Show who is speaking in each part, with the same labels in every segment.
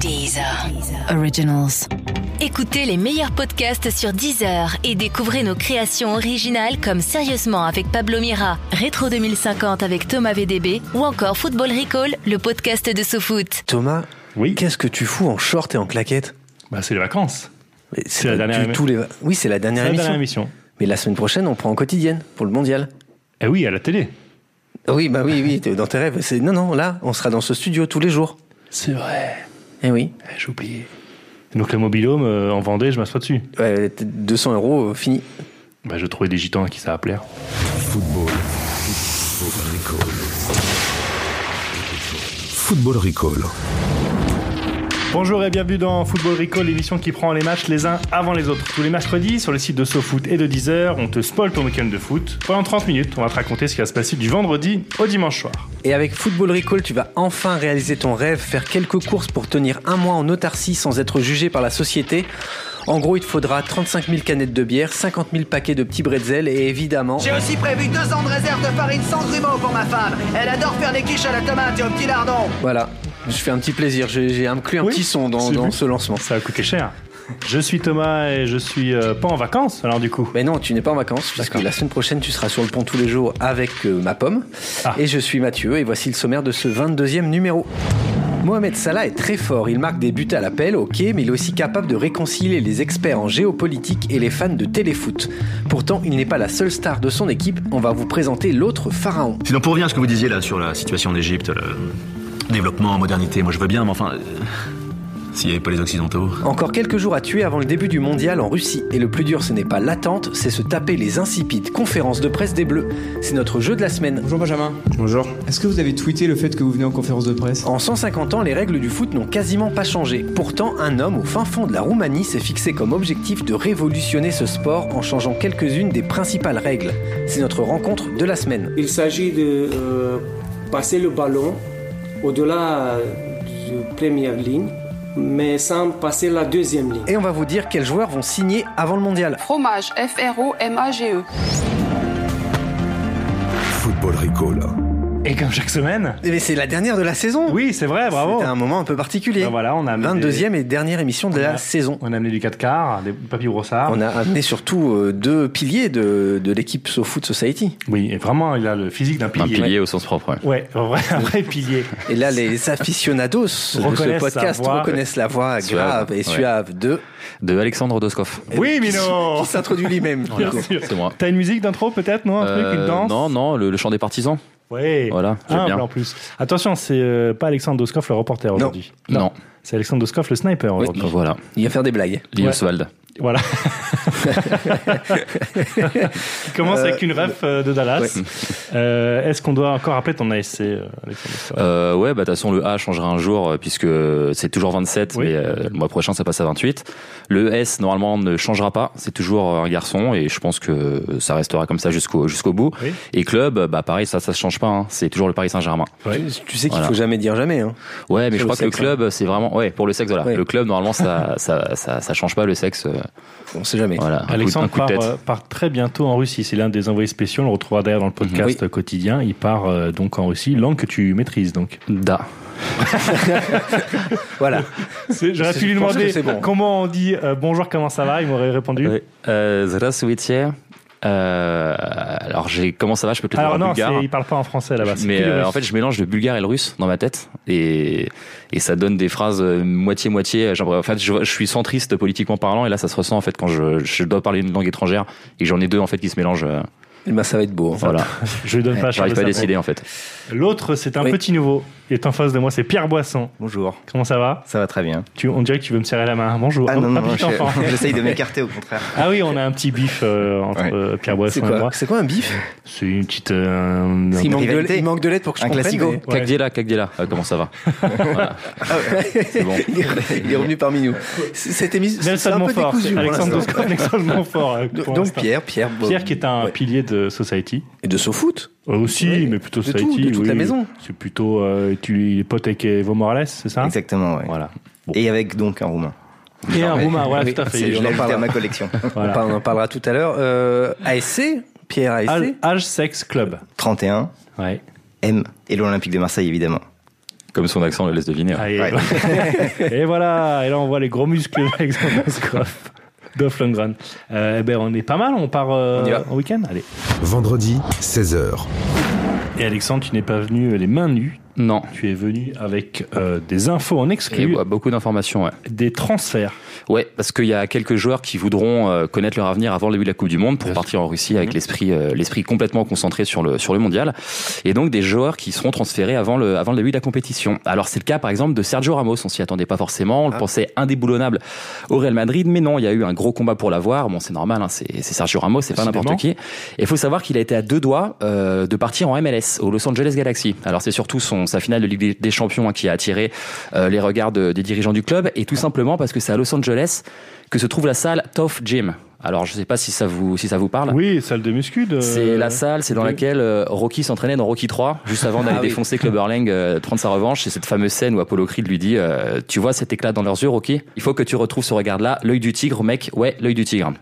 Speaker 1: Deezer. Originals. Écoutez les meilleurs podcasts sur Deezer et découvrez nos créations originales comme Sérieusement avec Pablo Mira, Rétro 2050 avec Thomas VDB ou encore Football Recall, le podcast de SoFoot.
Speaker 2: Thomas,
Speaker 3: Oui.
Speaker 2: qu'est-ce que tu fous en short et en claquette
Speaker 3: Bah, c'est les vacances.
Speaker 2: Mais
Speaker 3: la
Speaker 2: pas
Speaker 3: dernière
Speaker 2: du tout les... Oui, c'est la
Speaker 3: C'est
Speaker 2: dernière
Speaker 3: la
Speaker 2: émission.
Speaker 3: dernière émission.
Speaker 2: Mais la semaine prochaine, on prend en quotidienne pour le mondial.
Speaker 3: Eh oui, à la télé.
Speaker 2: Ah Oui, bah oui, oui, t'es dans tes rêves. C'est... Non, non, là, on sera dans ce studio tous les jours.
Speaker 3: C'est vrai.
Speaker 2: Eh oui.
Speaker 3: J'ai oublié. Donc, le mobilhome euh, en Vendée, je m'assois dessus.
Speaker 2: Ouais, 200 euros, euh, fini.
Speaker 3: Bah, je trouvais des gitans à qui ça va plaire.
Speaker 4: Football Recall.
Speaker 3: Bonjour et bienvenue dans Football Recall, l'émission qui prend les matchs les uns avant les autres. Tous les mercredis, sur le site de SoFoot et de Deezer, on te spoil ton week-end de foot. Pendant 30 minutes, on va te raconter ce qui va se passer du vendredi au dimanche soir.
Speaker 2: Et avec Football Recall, tu vas enfin réaliser ton rêve, faire quelques courses pour tenir un mois en autarcie sans être jugé par la société. En gros, il te faudra 35 000 canettes de bière, 50 000 paquets de petits bretzels et évidemment...
Speaker 5: J'ai aussi prévu deux ans de réserve de farine sans grumeaux pour ma femme. Elle adore faire des quiches à la tomate et au petit lardon.
Speaker 2: Voilà, je fais un petit plaisir, j'ai, j'ai inclus un
Speaker 3: Oui,
Speaker 2: petit son dans,
Speaker 3: j'ai
Speaker 2: dans
Speaker 3: vu.
Speaker 2: ce lancement.
Speaker 3: Ça a coûté cher. Je suis Thomas et je suis euh, pas en vacances, alors du coup.
Speaker 2: Mais non, tu n'es pas en vacances, puisque
Speaker 3: D'accord.
Speaker 2: la semaine prochaine, tu seras sur le pont tous les jours avec euh, ma pomme.
Speaker 3: Ah.
Speaker 2: Et je suis Mathieu, et voici le sommaire de ce 22e numéro. Mohamed Salah est très fort, il marque des buts à l'appel, ok, mais il est aussi capable de réconcilier les experts en géopolitique et les fans de téléfoot. Pourtant, il n'est pas la seule star de son équipe, on va vous présenter l'autre pharaon.
Speaker 6: Sinon, pour revenir à ce que vous disiez là sur la situation en Égypte, le développement, modernité, moi je veux bien, mais enfin. euh, S'il n'y avait pas les Occidentaux.
Speaker 2: Encore quelques jours à tuer avant le début du mondial en Russie, et le plus dur ce n'est pas l'attente, c'est se taper les insipides conférences de presse des Bleus. C'est notre jeu de la semaine.
Speaker 7: Bonjour Benjamin. Bonjour. Est-ce que vous avez tweeté le fait que vous venez en conférence de presse
Speaker 2: En 150 ans, les règles du foot n'ont quasiment pas changé. Pourtant, un homme au fin fond de la Roumanie s'est fixé comme objectif de révolutionner ce sport en changeant quelques-unes des principales règles. C'est notre rencontre de la semaine.
Speaker 8: Il s'agit de euh, passer le ballon au-delà de la première ligne, mais sans passer la deuxième ligne.
Speaker 2: Et on va vous dire quels joueurs vont signer avant le mondial.
Speaker 9: Fromage, F-R-O-M-A-G-E.
Speaker 4: Football Recall.
Speaker 3: Et comme chaque semaine.
Speaker 2: Mais Eh c'est la dernière de la saison
Speaker 3: Oui, c'est vrai, bravo.
Speaker 2: C'était un moment un peu particulier.
Speaker 3: Ben voilà, on a amené
Speaker 2: 22e et dernière émission de
Speaker 3: On
Speaker 2: la
Speaker 3: a-
Speaker 2: saison.
Speaker 3: On a amené du 4 quarts, des papiers brossards.
Speaker 2: On a amené surtout euh, deux piliers de, de l'équipe SoFoot Society.
Speaker 3: Oui, et vraiment, il a le physique d'un pilier.
Speaker 10: au sens propre. ouais.
Speaker 3: Ouais, un vrai, un vrai pilier.
Speaker 2: Et là, les aficionados de ce
Speaker 3: Reconnaissent la
Speaker 2: podcast
Speaker 3: voix.
Speaker 2: reconnaissent la voix
Speaker 10: Suave.
Speaker 2: grave et
Speaker 10: Ouais.
Speaker 2: suave de...
Speaker 10: De Alexandre Doskov.
Speaker 3: Oui, mais non
Speaker 2: Qui s'introduit lui-même. du
Speaker 3: Bien
Speaker 2: coup.
Speaker 3: sûr.
Speaker 10: C'est moi.
Speaker 3: T'as une musique d'intro peut-être, non Un truc,
Speaker 10: Euh,
Speaker 3: une danse
Speaker 10: non, non, le, le chant des partisans.
Speaker 3: Ouais.
Speaker 10: Voilà, j'aime
Speaker 3: Humble
Speaker 10: bien.
Speaker 3: en plus. Attention, c'est euh, pas Alexandre Doskov le reporter aujourd'hui.
Speaker 10: Non.
Speaker 3: C'est Alexandre Doskov le sniper aujourd'hui.
Speaker 10: Voilà.
Speaker 2: Il va faire des blagues.
Speaker 10: Lee
Speaker 3: Ouais.
Speaker 10: Oswald.
Speaker 3: Voilà. Il commence avec une ref euh, de Dallas. Euh, Est-ce qu'on doit encore appeler ton ASC, euh, Alexandre Doskov
Speaker 10: Euh, ouais, bah, de toute façon, le A changera un jour, euh, puisque c'est toujours 27,
Speaker 3: Oui.
Speaker 10: mais euh, le mois prochain, ça passe à 28. Le S, normalement, ne changera pas. C'est toujours un garçon, et je pense que euh, ça restera comme ça jusqu'au jusqu'au bout.
Speaker 3: Oui.
Speaker 10: Et club, bah, pareil, ça, ça se change pas. hein. C'est toujours le Paris Saint-Germain.
Speaker 3: Ouais.
Speaker 2: Tu- Tu sais qu'il
Speaker 10: Voilà.
Speaker 2: faut jamais dire jamais. Hein.
Speaker 10: Ouais, mais
Speaker 2: Sur le
Speaker 10: je crois que le
Speaker 2: sexe, hein.
Speaker 10: club, c'est vraiment. Ouais, pour le sexe, voilà.
Speaker 2: Ouais.
Speaker 10: Le club, normalement, ça, ça, ça, ça change pas le sexe. euh,
Speaker 2: On sait jamais.
Speaker 10: Voilà. Un coup- un
Speaker 3: Alexandre
Speaker 10: coup de
Speaker 3: part,
Speaker 10: tête.
Speaker 3: euh, part très bientôt en Russie. C'est l'un des envoyés spéciaux. On le retrouvera d'ailleurs dans le
Speaker 10: Mhm.
Speaker 3: podcast quotidien. Il part euh, donc en Russie, langue que tu maîtrises donc.
Speaker 10: Da.
Speaker 2: Voilà.
Speaker 3: J'aurais
Speaker 2: Je
Speaker 3: pu lui
Speaker 2: pense que
Speaker 3: demander
Speaker 2: c'est bon.
Speaker 3: comment on dit euh, bonjour, comment ça va. Il m'aurait répondu.
Speaker 10: Oui. Euh, Здравствуйте. Euh, alors, j'ai comment ça va Je peux te le dire
Speaker 3: Alors
Speaker 10: en
Speaker 3: non,
Speaker 10: bulgare.
Speaker 3: c'est- il parle pas en français là-bas. c'est
Speaker 10: Mais
Speaker 3: que du
Speaker 10: euh,
Speaker 3: russe.
Speaker 10: en fait, je mélange le bulgare et le russe dans ma tête, et et ça donne des phrases euh, moitié moitié. Genre, en fait, je, je suis centriste politiquement parlant, et là, ça se ressent en fait quand je, je dois parler une langue étrangère et j'en ai deux en fait qui se mélangent. euh,
Speaker 2: Eh ben, ça va être beau. hein.
Speaker 10: voilà,
Speaker 3: je lui donne pas. à Charles
Speaker 10: j'arrive pas à
Speaker 3: Sapin.
Speaker 10: décider en fait.
Speaker 3: L'autre, c'est un
Speaker 2: Oui.
Speaker 3: petit nouveau. Il est en face de moi, c'est Pierre Boisson.
Speaker 11: Bonjour,
Speaker 3: Comment ça va
Speaker 11: ça va très bien.
Speaker 3: tu, On dirait que tu veux me serrer la main.
Speaker 2: Ah,
Speaker 3: Bonjour. Oh, un petit enfant.
Speaker 11: je- j'essaye de m'écarter au contraire.
Speaker 3: Ah oui, on a un petit bif euh, entre
Speaker 11: Ouais.
Speaker 3: euh, Pierre
Speaker 2: C'est
Speaker 3: Boisson et
Speaker 2: quoi,
Speaker 3: moi.
Speaker 2: c'est quoi un bif
Speaker 3: C'est une petite. euh, un-
Speaker 2: il manque, de,
Speaker 11: rivalité.
Speaker 2: il manque de l'aide pour que je
Speaker 11: Un
Speaker 2: comprenne.
Speaker 11: classico.
Speaker 2: mais-
Speaker 3: Ouais.
Speaker 10: Kakdiela, Kakdiela,
Speaker 9: Ah,
Speaker 10: euh, comment ça va C'est bon.
Speaker 2: Ah il, est, re- il est revenu parmi nous. C- Cette émission, c'est
Speaker 3: Nelson
Speaker 2: un peu
Speaker 3: Montfort.
Speaker 2: décousu. hein, pour
Speaker 3: Alexandre
Speaker 2: l'instant.
Speaker 3: Doskov, Alexandre Montfort. euh, pour
Speaker 2: Donc
Speaker 3: l'instant.
Speaker 2: Pierre, Pierre, bon,
Speaker 3: Pierre qui est un
Speaker 2: ouais.
Speaker 3: pilier de Society. Euh,
Speaker 2: et de SoFoot.
Speaker 3: Aussi,
Speaker 2: Oui,
Speaker 3: mais plutôt
Speaker 2: de
Speaker 3: Society.
Speaker 2: tout, de toute
Speaker 3: oui.
Speaker 2: la maison.
Speaker 3: C'est plutôt. euh, tu il est pote avec Evo Morales, c'est
Speaker 2: hein.
Speaker 3: ça
Speaker 11: Exactement, ouais.
Speaker 3: Voilà. Bon.
Speaker 11: Et avec donc un roumain.
Speaker 3: Et un roumain, voilà,
Speaker 2: Ah Oui,
Speaker 3: tout à
Speaker 2: c'est-
Speaker 3: fait.
Speaker 2: je
Speaker 11: Je
Speaker 2: l'ai
Speaker 11: l'ai
Speaker 2: en parle.
Speaker 11: ajouté à ma collection.
Speaker 3: Voilà.
Speaker 2: On parle- On en parlera tout à l'heure. Euh, ASC, Pierre ASC.
Speaker 3: Âge Sex Club.
Speaker 11: 31,
Speaker 3: Ouais.
Speaker 11: M et l'Olympique de Marseille évidemment.
Speaker 9: Comme son accent le laisse deviner. ouais.
Speaker 3: Allez, et voilà, et là on voit les gros muscles d'Alexander Scroff, de Lundgren. Euh, eh ben on est pas mal, on part euh,
Speaker 4: On y va.
Speaker 3: en week-end Allez.
Speaker 4: Vendredi, 16h.
Speaker 3: Et Alexandre, tu n'es pas venu euh, les mains nues.
Speaker 9: Non.
Speaker 3: Tu es venu avec euh, des infos en exclu.
Speaker 9: Et, ouais, beaucoup d'informations, ouais.
Speaker 3: Des transferts.
Speaker 9: Ouais, parce qu'il y a quelques joueurs qui voudront euh, connaître leur avenir avant le début de la Coupe du Monde pour partir en Russie
Speaker 10: Mhm.
Speaker 9: avec l'esprit euh, l'esprit complètement concentré sur le sur le mondial. Et donc des joueurs qui seront transférés avant le avant le début de la compétition. Alors c'est le cas par exemple de Sergio Ramos. On s'y attendait pas forcément. On le pensait indéboulonnable au Real Madrid, mais non, il y a eu un gros combat pour l'avoir. Bon, c'est normal. hein, c'est c'est Sergio Ramos, c'est pas n'importe
Speaker 3: Décidément.
Speaker 9: qui. Et il faut savoir qu'il a été à deux doigts euh, de partir en MLS au Los Angeles Galaxy. Alors c'est surtout son sa finale de Ligue des- des Champions hein, qui a attiré euh, les regards de- des dirigeants du club et tout simplement parce que c'est à Los Angeles que se trouve la salle Tough Gym. Alors je sais pas si ça vous si ça vous parle.
Speaker 3: Oui, salle euh, de muscu. de-
Speaker 9: C'est
Speaker 7: Euh,
Speaker 9: la salle, c'est dans
Speaker 3: de-
Speaker 9: laquelle euh, Rocky s'entraînait dans Rocky 3 juste avant d'aller
Speaker 3: Ah oui.
Speaker 9: défoncer Clubberlang, euh, prendre sa revanche. C'est cette fameuse scène où Apollo Creed lui dit euh, "Tu vois cet éclat dans leurs yeux, Rocky Il faut que tu retrouves ce regard-là, l'œil du tigre, mec. Ouais, l'œil du tigre."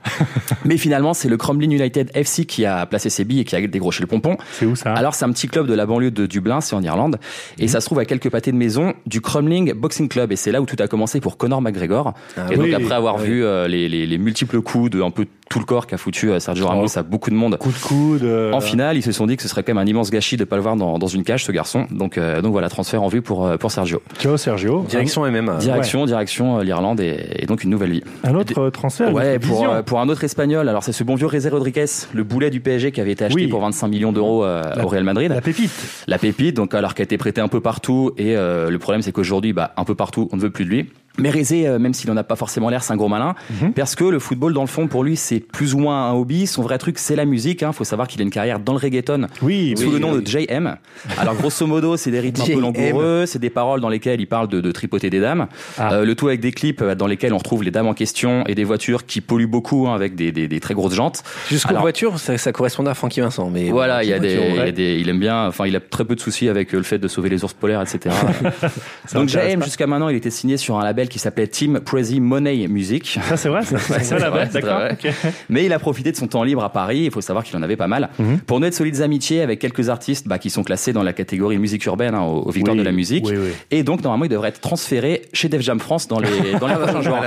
Speaker 9: Mais finalement, c'est le Kremlin United FC qui a placé ses billes et qui a dégroché le pompon.
Speaker 3: C'est où
Speaker 7: Ah.
Speaker 3: ça
Speaker 9: Alors c'est un petit club de la banlieue de Dublin, c'est en Irlande, et
Speaker 7: Mhm.
Speaker 9: ça se trouve à quelques pâtés de maison du Kremlin Boxing Club, et c'est là où tout a commencé pour Conor McGregor.
Speaker 7: Ah
Speaker 9: et
Speaker 7: oui.
Speaker 9: donc après avoir
Speaker 7: Ah oui.
Speaker 9: vu euh, les, les- les multiples coups de un peu tout le corps qu'a foutu euh,
Speaker 7: Oh.
Speaker 9: Sergio Ramos à beaucoup de monde.
Speaker 3: Coup de coude. euh,
Speaker 9: En finale, ils se sont dit que ce serait quand même un immense gâchis de pas le voir dans, dans une cage, ce garçon. Donc, euh, donc voilà, transfert en vue pour, euh, pour Sergio.
Speaker 3: Ciao Sergio.
Speaker 7: Direction
Speaker 3: Ah,
Speaker 7: MMA.
Speaker 9: Direction, direction euh, l'Irlande et, et donc une nouvelle vie.
Speaker 3: Un autre euh, transfert.
Speaker 9: Ouais,
Speaker 3: une
Speaker 9: pour,
Speaker 3: vision.
Speaker 9: euh, pour un autre espagnol, alors c'est ce bon vieux Rezé Rodriguez, le boulet du PSG qui avait été acheté
Speaker 3: Oui.
Speaker 9: pour 25 millions d'euros euh, au Real Madrid.
Speaker 3: La pépite.
Speaker 9: La pépite, donc alors qu'elle a été prêtée un peu partout, et euh, le problème c'est qu'aujourd'hui, bah, un peu partout, on ne veut plus de lui. Mais Rézé, euh, même s'il n'en a pas forcément l'air, c'est un gros malin,
Speaker 3: Mhm.
Speaker 9: parce que le football, dans le fond, pour lui, c'est plus ou moins un hobby. Son vrai truc, c'est la musique. Il faut savoir qu'il a une carrière dans le reggaeton,
Speaker 3: Oui,
Speaker 9: sous
Speaker 3: oui,
Speaker 9: le nom
Speaker 3: oui.
Speaker 9: de JM. Alors grosso modo, c'est des rythmes un peu
Speaker 7: JM.
Speaker 9: langoureux, c'est des paroles dans lesquelles il parle de, de tripoter des dames.
Speaker 3: Ah.
Speaker 9: Euh, le tout avec des clips euh, dans lesquels on retrouve les dames en question et des voitures qui polluent beaucoup hein, avec des, des- des très grosses jantes.
Speaker 7: Jusqu'aux
Speaker 9: Alors,
Speaker 7: voitures, ça, ça correspondait à Francky Vincent. Mais
Speaker 9: voilà, il y a des,
Speaker 7: Voitures,
Speaker 9: il y
Speaker 7: ouais.
Speaker 9: a des- il aime bien, enfin, il a très peu de soucis avec euh, le fait de sauver les ours polaires, etc.
Speaker 3: Ça
Speaker 9: Donc
Speaker 3: m'intéresse
Speaker 9: JM,
Speaker 3: pas.
Speaker 9: jusqu'à maintenant, il était signé sur un label qui s'appelait Team Crazy Money Music.
Speaker 3: Ça c'est vrai. ça, C'est
Speaker 9: Ouais,
Speaker 3: ça la
Speaker 9: vrai,
Speaker 3: vraie.
Speaker 9: c'est
Speaker 3: D'accord.
Speaker 9: vrai.
Speaker 3: ok.
Speaker 9: Mais il a profité de son temps libre à Paris. Il faut savoir qu'il en avait pas mal.
Speaker 3: Mhm.
Speaker 9: Pour nouer de solides amitiés avec quelques artistes bah, qui sont classés dans la catégorie musique urbaine hein, aux, aux Victoires
Speaker 3: Oui,
Speaker 9: de la musique.
Speaker 3: oui, oui.
Speaker 9: Et donc, normalement, il devrait être transféré chez Def Jam France dans les, dans les prochains jours.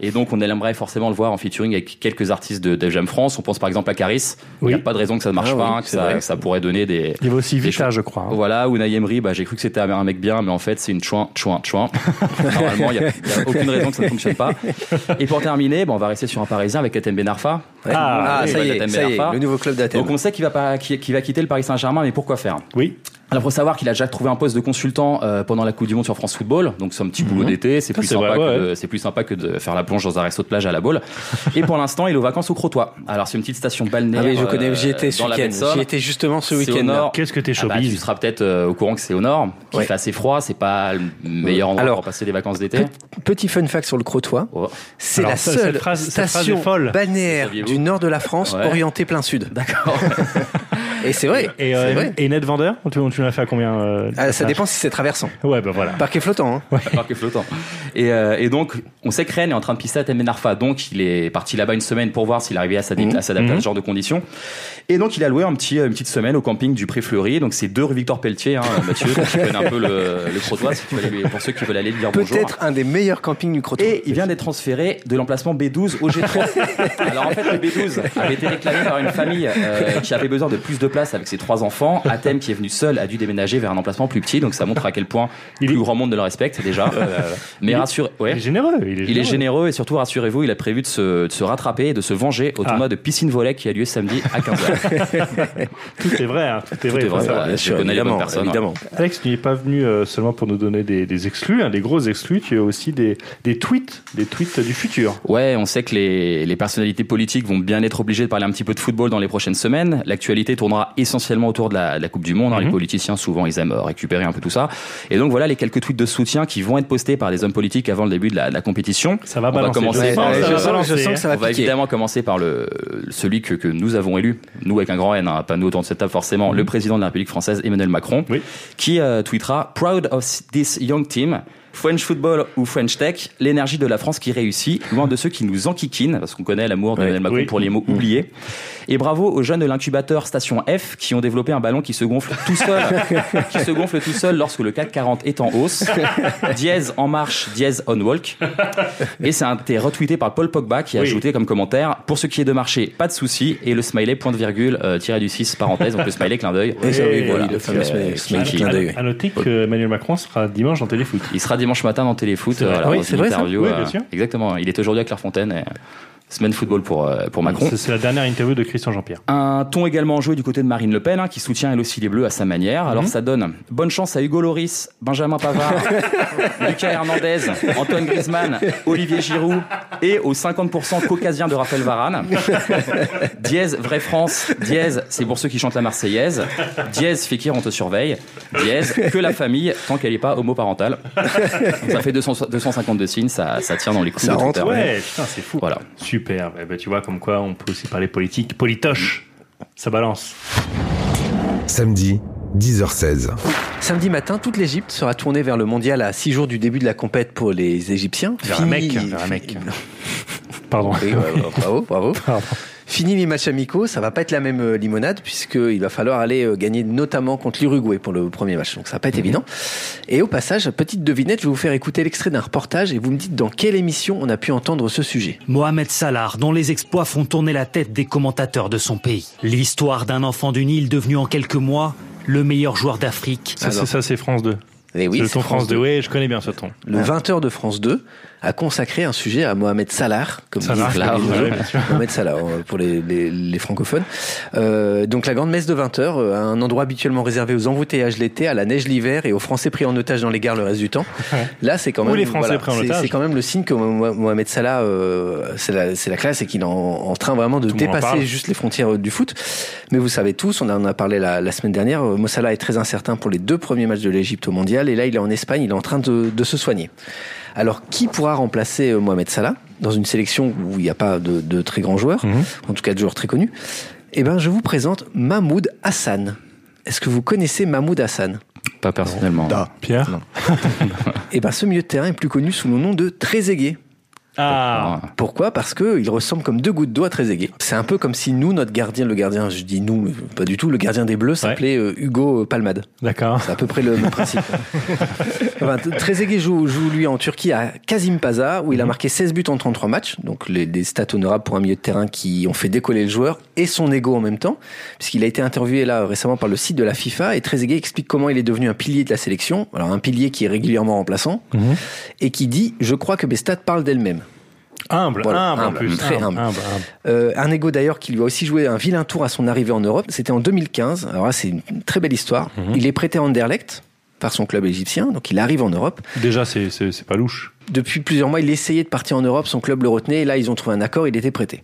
Speaker 9: Et donc, on aimerait forcément le voir en featuring avec quelques artistes de Def Jam France. On pense par exemple à Caris. Il
Speaker 3: Oui.
Speaker 9: n'y a pas de raison que ça ne marche
Speaker 7: Ah
Speaker 9: pas,
Speaker 7: oui,
Speaker 9: hein, que,
Speaker 7: c'est
Speaker 9: ça,
Speaker 7: vrai.
Speaker 9: que ça pourrait donner des.
Speaker 3: Il va aussi
Speaker 9: des
Speaker 3: vite là, je crois. hein.
Speaker 9: voilà, Unai Emery, bah, j'ai cru que c'était un mec bien, mais en fait, c'est une chouin, chouin, chouin. Normalement, il n'y a, il y a aucune raison que ça ne fonctionne pas. Et pour terminer, bah, on va rester sur un Parisien avec Atem Benarfa.
Speaker 3: Ah,
Speaker 7: Ah,
Speaker 9: oui.
Speaker 7: ça y est,
Speaker 9: Athènes
Speaker 7: ça y est,
Speaker 9: Benarfa.
Speaker 7: le nouveau club d'Athènes.
Speaker 9: Donc on sait qu'il va, pas- qu'il qu'il va quitter le Paris Saint-Germain, mais pourquoi faire
Speaker 3: Oui.
Speaker 9: alors faut savoir qu'il a déjà trouvé un poste de consultant euh, pendant la Coupe du Monde sur France Football, donc c'est un petit boulot d'été,
Speaker 3: Mhm.
Speaker 9: c'est
Speaker 3: Ça,
Speaker 9: plus
Speaker 3: c'est
Speaker 9: sympa
Speaker 3: vrai,
Speaker 9: que
Speaker 3: ouais.
Speaker 9: de- c'est plus sympa que de faire la plonge dans un resto de plage à la boule. Et pour l'instant, il est aux vacances au Crotoy. Alors c'est une petite station balnéaire.
Speaker 7: Ah oui, je connais,
Speaker 9: euh,
Speaker 7: j'y étais ce
Speaker 9: dans la
Speaker 7: week-end.
Speaker 9: Baie-de-Somme.
Speaker 7: J'y étais justement ce
Speaker 9: C'est au
Speaker 7: week-end.
Speaker 9: nord.
Speaker 3: Qu'est-ce que t'es
Speaker 9: Ah bah, tu
Speaker 3: showbiz
Speaker 9: seras peut-être euh, au courant que c'est au nord, qu'il
Speaker 7: Ouais.
Speaker 9: fait assez froid, c'est pas le meilleur endroit
Speaker 7: Alors,
Speaker 9: pour passer des vacances d'été.
Speaker 7: Pe- Petit fun fact sur le Crotoy,
Speaker 9: Oh.
Speaker 7: c'est
Speaker 3: Alors,
Speaker 7: la
Speaker 3: ça,
Speaker 7: seule
Speaker 3: cette phrase- cette phrase est
Speaker 7: station
Speaker 3: folle.
Speaker 7: balnéaire
Speaker 9: Saviez-vous
Speaker 7: du nord de la France
Speaker 9: Ouais.
Speaker 7: orientée plein sud. D'accord. Et c'est vrai.
Speaker 3: Et,
Speaker 7: c'est
Speaker 3: euh,
Speaker 7: vrai.
Speaker 3: et Ned Vendeur, tu, tu l'as fait à combien euh,
Speaker 7: Ah,
Speaker 3: le
Speaker 7: ça dépend si c'est traversant.
Speaker 3: passage Ouais, bah voilà.
Speaker 7: Parquet flottant. hein.
Speaker 9: Parc est flottant. Et, euh, et donc, on sait que Rennes est en train de pisser à Temben Arfa. Donc, il est parti là-bas une semaine pour voir s'il arrivait à s'adapter à, s'adapter à ce genre de conditions. Et donc, il a loué un petit, une petite semaine au camping du Pré Fleury. Donc, c'est deux rue Victor Pelletier, hein, Mathieu, qui connaît un peu le, le Crotoy, si tu veux aller lui- pour ceux qui veulent aller lui dire bonjour.
Speaker 7: Peut-être un des meilleurs campings du Crotoy.
Speaker 9: Et il vient d'être transféré de l'emplacement B12 au G3. Alors en fait, le B12 avait été réclamé par une famille euh, qui avait besoin de plus de place avec ses trois enfants. Athème, qui est venu seul, a dû déménager vers un emplacement plus petit. Donc ça montre à quel point
Speaker 3: Il
Speaker 9: le
Speaker 3: est-
Speaker 9: plus grand monde ne le respecte déjà. Mais rassure.
Speaker 3: Il est
Speaker 9: Ouais.
Speaker 3: généreux.
Speaker 9: Il est généreux et surtout, rassurez-vous, il a prévu de se, de se rattraper et de se venger au
Speaker 3: Ah.
Speaker 9: tournoi de piscine volley qui a lieu samedi à 15h.
Speaker 3: Tout est vrai. hein, Tout est vrai. il faut
Speaker 9: Tout est vrai,
Speaker 3: savoir.
Speaker 9: voilà. je connais les bonnes personnes, hein.
Speaker 7: évidemment.
Speaker 3: Alex, tu n'es pas venu euh, seulement pour nous donner des, des exclus, hein, des gros exclus, tu as aussi des, des tweets, des tweets du futur.
Speaker 9: Ouais, on sait que les, les personnalités politiques vont bien être obligées de parler un petit peu de football dans les prochaines semaines. L'actualité tournera essentiellement autour de la, de la Coupe du Monde. hein. Les
Speaker 3: Mhm.
Speaker 9: politiciens, souvent, ils aiment euh, récupérer un peu tout ça. Et donc voilà les quelques tweets de soutien qui vont être postés par les hommes politiques avant le début de la, de la compétition.
Speaker 3: Ça va
Speaker 9: on va
Speaker 3: balancer.
Speaker 9: commencer
Speaker 3: Je
Speaker 9: par-
Speaker 3: sens que
Speaker 7: Ouais,
Speaker 3: ça
Speaker 7: je
Speaker 3: va
Speaker 7: sens-
Speaker 3: balancer, hein.
Speaker 7: je sens que ça va
Speaker 9: on va
Speaker 7: piquer.
Speaker 9: évidemment commencer par le celui que, que nous avons élu, nous avec un grand N, hein, pas nous autour de cette table forcément,
Speaker 7: Mhm.
Speaker 9: le président de la République française Emmanuel Macron,
Speaker 3: Oui.
Speaker 9: qui euh, tweetera Proud of this young team. French football ou French tech, l'énergie de la France qui réussit, loin de ceux qui nous enquiquinent, parce qu'on connaît l'amour de Emmanuel Macron
Speaker 12: Oui.
Speaker 9: pour les mots
Speaker 7: Mhm.
Speaker 12: Mmh.
Speaker 9: oubliés. Et bravo aux jeunes de l'incubateur Station F qui ont développé un ballon qui se gonfle tout seul, qui se gonfle tout seul lorsque le CAC 40 est en hausse. dièse en marche, dièse on walk. Et ça a été retweeté par Paul Pogba qui a
Speaker 12: Oui.
Speaker 9: ajouté comme commentaire pour ce qui est de marché, pas de souci. Et le smiley point de virgule euh, tiré du 6 parenthèse, donc le smiley clin d'œil.
Speaker 3: Et ça, oui, voilà.
Speaker 9: Le fameux
Speaker 3: Euh,
Speaker 9: smiley- smiley
Speaker 3: à-
Speaker 9: clin
Speaker 3: à-
Speaker 9: d'œil.
Speaker 3: À noter que Emmanuel Macron sera dimanche dans Téléfoot.
Speaker 9: Il sera dimanche matin dans Téléfoot.
Speaker 3: C'est vrai.
Speaker 9: voilà,
Speaker 3: Oui,
Speaker 9: dans
Speaker 3: c'est
Speaker 9: une
Speaker 3: vrai, ça.
Speaker 9: interview,
Speaker 3: Oui,
Speaker 9: euh,
Speaker 3: bien sûr.
Speaker 9: Exactement. Il est aujourd'hui à Clairefontaine. et, euh, semaine football pour, euh, pour Macron.
Speaker 3: C'est c'est la dernière interview de Christian Jean-Pierre.
Speaker 9: Un ton également joué du côté de Marine Le Pen, hein, qui soutient elle aussi les Bleus à sa manière. Alors
Speaker 3: Mhm.
Speaker 9: ça donne bonne chance à Hugo Loris, Benjamin Pavard, Lucas Hernandez, Antoine Griezmann, Olivier Giroud et aux 50% caucasiens de Raphaël Varane. dièse, vraie France. Dièse, c'est pour ceux qui chantent la Marseillaise. Dièse, Fekir, on te surveille. Dièse, que la famille, tant qu'elle n'est pas homoparentale. Donc, ça fait 200 252 signes, ça, ça tient dans les coups. de Twitter.
Speaker 3: Ouais, putain, c'est fou.
Speaker 9: Bah Voilà.
Speaker 3: Super. Eh ben, tu vois, comme quoi, on peut aussi parler politique. Politoche, ça balance.
Speaker 10: Samedi, 10h16.
Speaker 2: Samedi matin, toute l'Égypte sera tournée vers le mondial à 6 jours du début de la compète pour les Égyptiens.
Speaker 3: Vers un mec, vers un mec. Pardon.
Speaker 2: Oui, bravo, bravo, bravo. Fini les matchs amicaux, ça va pas être la même euh, limonade puisqu'il va falloir aller euh, gagner notamment contre l'Uruguay pour le premier match, donc ça va pas être évident. Et au passage, petite devinette, je vais vous faire écouter l'extrait d'un reportage et vous me dites dans quelle émission on a pu entendre ce sujet.
Speaker 5: Mohamed Salah, dont les exploits font tourner la tête des commentateurs de son pays. L'histoire d'un enfant du Nil devenu en quelques mois le meilleur joueur d'Afrique.
Speaker 3: Ça, c'est- ça, c'est France 2.
Speaker 2: Eh oui,
Speaker 3: c'est le
Speaker 2: c'est
Speaker 3: ton
Speaker 2: France
Speaker 3: France 2.
Speaker 2: 2.
Speaker 3: Oui, je connais bien ce ton.
Speaker 2: Le 20h de France 2 a consacré un sujet à Mohamed Salah, comme
Speaker 3: Salah,
Speaker 2: disent là,
Speaker 3: oui,
Speaker 2: euh,
Speaker 3: oui, bien sûr.
Speaker 2: Mohamed Salah euh, pour les, les- les francophones. Euh, donc la grande messe de 20h, euh, un endroit habituellement réservé aux embouteillages l'été, à la neige l'hiver et aux Français pris en otage dans les gares le reste du temps. Là, c'est quand
Speaker 3: Ou
Speaker 2: même
Speaker 3: les Français pris en
Speaker 2: c'est-
Speaker 3: otage.
Speaker 2: c'est quand même le signe que Mo- Mohamed Salah, euh, c'est la, c'est la classe et qu'il est en, en train vraiment de
Speaker 3: Tout le monde en
Speaker 2: dépasser
Speaker 3: parle.
Speaker 2: juste les frontières euh, du foot. Mais vous savez tous, on en a parlé la, la semaine dernière, euh, Mo Salah est très incertain pour les deux premiers matchs de l'Égypte au mondial. Et là, il est en Espagne, il est en train de, de se soigner. Alors, qui pourra remplacer euh, Mohamed Salah dans une sélection où il n'y a pas de, de très grands joueurs,
Speaker 3: Mhm.
Speaker 2: en tout cas de joueurs très connus Eh bien, je vous présente Mahmoud Hassan. Est-ce que vous connaissez Mahmoud Hassan
Speaker 9: Pas personnellement.
Speaker 3: Pierre
Speaker 2: Eh bien, ce milieu de terrain est plus connu sous le nom de Trezeguet.
Speaker 3: Ah
Speaker 2: Pourquoi Parce que il ressemble comme deux gouttes d'eau à Trezeguet. C'est un peu comme si nous, notre gardien, le gardien, je dis nous, mais pas du tout, le gardien des Bleus s'appelait euh, Hugo Palmade.
Speaker 3: D'accord.
Speaker 2: C'est à peu près le même principe. Enfin, Trezeguet joue, joue, lui en Turquie à Kasimpasa où il a marqué 16 buts en 33 matchs, donc les, des stats honorables pour un milieu de terrain qui ont fait décoller le joueur et son ego en même temps, puisqu'il a été interviewé là récemment par le site de la FIFA et Trezeguet explique comment il est devenu un pilier de la sélection, alors un pilier qui est régulièrement remplaçant et qui dit je crois que mes stats parlent d'elles-mêmes.
Speaker 3: Humble,
Speaker 2: Voilà,
Speaker 3: humble, en
Speaker 2: humble,
Speaker 3: plus.
Speaker 2: très humble.
Speaker 3: humble,
Speaker 2: Euh, un ego d'ailleurs qui lui a aussi joué un vilain tour à son arrivée en Europe. C'était en 2015. Alors là, c'est une très belle histoire. Il est prêté à Anderlecht par son club égyptien, donc il arrive en Europe.
Speaker 3: Déjà, c'est- c'est c'est pas louche.
Speaker 2: Depuis plusieurs mois, il essayait de partir en Europe, son club le retenait, et là, ils ont trouvé un accord, il était prêté.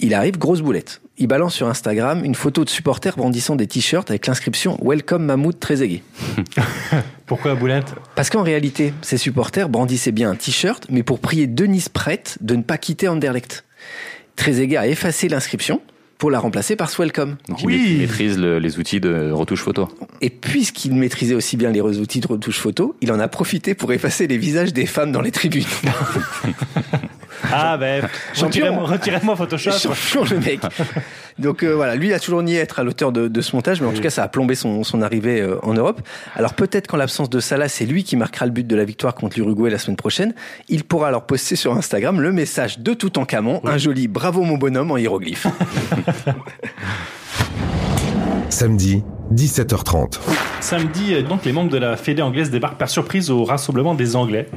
Speaker 2: Il arrive, grosse boulette. Il balance sur Instagram une photo de supporters brandissant des t-shirts avec l'inscription Welcome Mahmoud Trezeguet.
Speaker 3: Pourquoi Boulette
Speaker 2: Parce qu'en réalité, ces supporters brandissaient bien un t-shirt, mais pour prier Denise Prête de ne pas quitter Anderlecht. Trezeguet a effacé l'inscription pour la remplacer par Swelcome.
Speaker 12: Donc il maît- il maîtrise le- les outils de retouche photo.
Speaker 2: Et puisqu'il maîtrisait aussi bien les outils de retouche photo, il en a profité pour effacer les visages des femmes dans les tribunes.
Speaker 3: Ah, ben,
Speaker 2: Champion.
Speaker 3: retirez-moi retirez-moi Photoshop.
Speaker 2: Champion, le mec. Donc euh, voilà, lui il a toujours nié être à l'auteur de, de ce montage, mais en tout cas ça a plombé son, son arrivée euh, en Europe. Alors peut-être qu'en l'absence de Salah, c'est lui qui marquera le but de la victoire contre l'Uruguay la semaine prochaine. Il pourra alors poster sur Instagram le message de Toutankhamon, un joli bravo mon bonhomme en hiéroglyphe.
Speaker 10: Samedi, 17h30.
Speaker 3: Samedi, euh, donc, les membres de la Fédé anglaise débarquent par surprise au rassemblement des Anglais.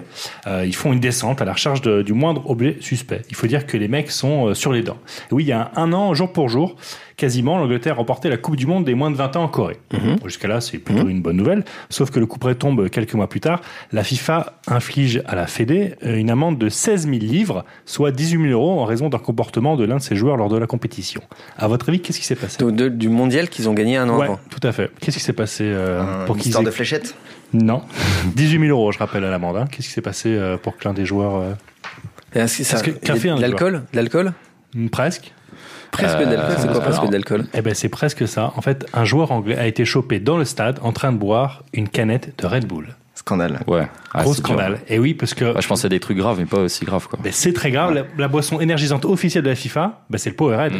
Speaker 3: Euh, ils font une descente à la recherche de- du moindre objet suspect. Il faut dire que les mecs sont euh, sur les dents. Et oui, il y a un an, jour pour jour, quasiment, l'Angleterre remportait la Coupe du Monde des moins de 20 ans en Corée.
Speaker 13: Mhm.
Speaker 3: Jusqu'à là, c'est plutôt une bonne nouvelle. Sauf que le coup près tombe quelques mois plus tard. La FIFA inflige à la Fédé euh, une amende de 16 000 livres, soit 18 000 euros en raison d'un comportement de l'un de ses joueurs lors de la compétition. À votre avis, qu'est-ce qui s'est passé
Speaker 2: Donc, de- du mondial qu'ils ont gagné un an
Speaker 3: Ouais,
Speaker 2: avant.
Speaker 3: tout à fait. Qu'est-ce qui s'est passé euh, pour
Speaker 13: une
Speaker 3: qu'ils
Speaker 13: histoire de
Speaker 2: fléchette
Speaker 3: Non. 18 000 euros, je rappelle à l'amende. hein. Qu'est-ce qui s'est passé euh, pour que l'un des joueurs. euh,
Speaker 2: Est-ce que Eh, ça-
Speaker 3: Est-ce que- qu'a fait un
Speaker 2: de l'alcool De l'alcool Euh,
Speaker 3: Mm, Presque.
Speaker 2: Presque de l'alcool, c'est quoi presque de l'alcool
Speaker 3: Eh ben, c'est presque ça. En fait, un joueur anglais a été chopé dans le stade en train de boire une canette de Red Bull.
Speaker 14: Scandale.
Speaker 9: Ouais. Ah,
Speaker 3: Gros
Speaker 9: c'est dur.
Speaker 2: hein.
Speaker 3: scandale. Et oui, parce que.
Speaker 2: Bah,
Speaker 9: je pensais à des trucs graves, mais pas aussi graves, quoi.
Speaker 3: Ben, c'est très grave. La, la boisson énergisante officielle de la FIFA, ben, c'est le Powerade.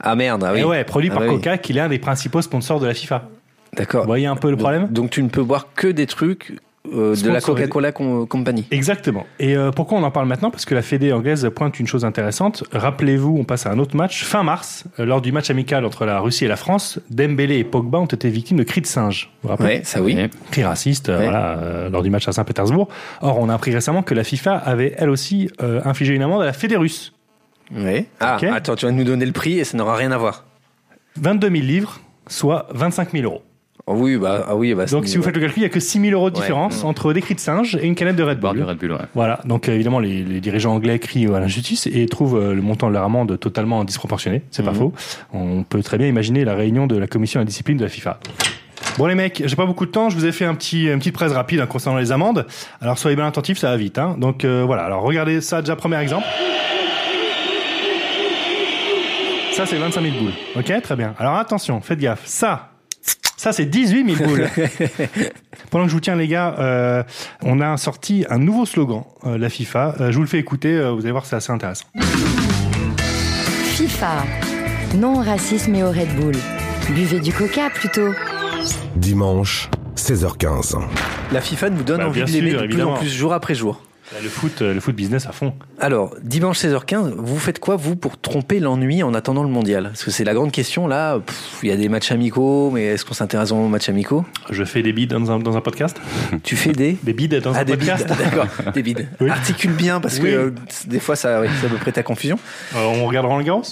Speaker 2: Ah merde, ah oui.
Speaker 3: Et Eh ouais, produit
Speaker 2: Ah
Speaker 3: par
Speaker 2: bah oui. Ah.
Speaker 3: Coca, qui est l'un des principaux sponsors de la FIFA.
Speaker 2: D'accord.
Speaker 3: Vous voyez un peu le problème
Speaker 2: Donc, tu ne peux boire que des trucs euh, de la
Speaker 3: Sponsorisé.
Speaker 2: Coca-Cola Com- Company.
Speaker 3: Exactement. Et euh, pourquoi on en parle maintenant Parce que la Fédé anglaise pointe une chose intéressante. Rappelez-vous, on passe à un autre match. Fin mars, euh, lors du match amical entre la Russie et la France, Dembélé et Pogba ont été victimes de cris de singe. Vous vous rappelez
Speaker 2: Ouais, ça oui. Ouais.
Speaker 3: Cris racistes, euh,
Speaker 2: Ouais.
Speaker 3: voilà, euh, lors du match à Saint-Pétersbourg. Or, on a appris récemment que la FIFA avait elle aussi euh, infligé une amende à la Fédé russe.
Speaker 2: Oui. Ah,
Speaker 3: Ok.
Speaker 2: attends, tu vas nous donner le prix et ça n'aura rien à voir.
Speaker 3: 22 000 livres, soit 25 000 euros.
Speaker 2: Ah oui, bah, ah oui, bah,
Speaker 3: Donc,
Speaker 2: c'est-
Speaker 3: si vous faites le calcul, il n'y a que 6 000 euros de
Speaker 2: Ouais.
Speaker 3: différence entre des cris de singe et une canette de Red Bull.
Speaker 9: Du Red Bull, ouais.
Speaker 3: Voilà, donc euh, évidemment les, les dirigeants anglais crient euh, à l'injustice et trouvent euh, le montant de leur amende totalement disproportionné, c'est pas
Speaker 9: Mhm.
Speaker 3: faux. On peut très bien imaginer la réunion de la commission à la discipline de la FIFA. Bon les mecs, j'ai pas beaucoup de temps, je vous ai fait un petit, une petite presse rapide hein, concernant les amendes. Alors soyez bien attentifs, ça va vite. hein. Donc euh, voilà, alors regardez ça déjà, premier exemple. Ça c'est 25 000 boules, ok Très bien. Alors attention, faites gaffe, ça... Ça, c'est 18 000 boules. Pendant que je vous tiens, les gars, euh, on a sorti un nouveau slogan, euh, la FIFA. Euh, je vous le fais écouter, euh, vous allez voir, c'est assez intéressant.
Speaker 1: FIFA. Non au racisme et au Red Bull. Buvez du coca plutôt.
Speaker 15: Dimanche, 16h15.
Speaker 2: La FIFA nous donne
Speaker 3: Bah,
Speaker 2: envie
Speaker 3: bien
Speaker 2: de l'aimer
Speaker 3: sûr,
Speaker 2: de plus en
Speaker 3: évidemment.
Speaker 2: plus jour après jour.
Speaker 3: Le foot, euh, le foot business à fond.
Speaker 2: Alors, dimanche 16h15, vous faites quoi, vous, pour tromper l'ennui en attendant le mondial Parce que c'est la grande question, là. Pff, Il y a des matchs amicaux, mais est-ce qu'on s'intéresse aux matchs amicaux
Speaker 3: Je fais des bides dans un, dans un podcast.
Speaker 2: Tu fais des
Speaker 3: Des bides dans
Speaker 2: Ah,
Speaker 3: un
Speaker 2: des bides,
Speaker 3: podcast.
Speaker 2: d'accord. Des bides.
Speaker 3: Oui.
Speaker 2: Articule bien, parce que
Speaker 3: Oui.
Speaker 2: euh, des fois, ça, oui, ça peut prêter à confusion.
Speaker 3: Euh, on regarde Roland Garros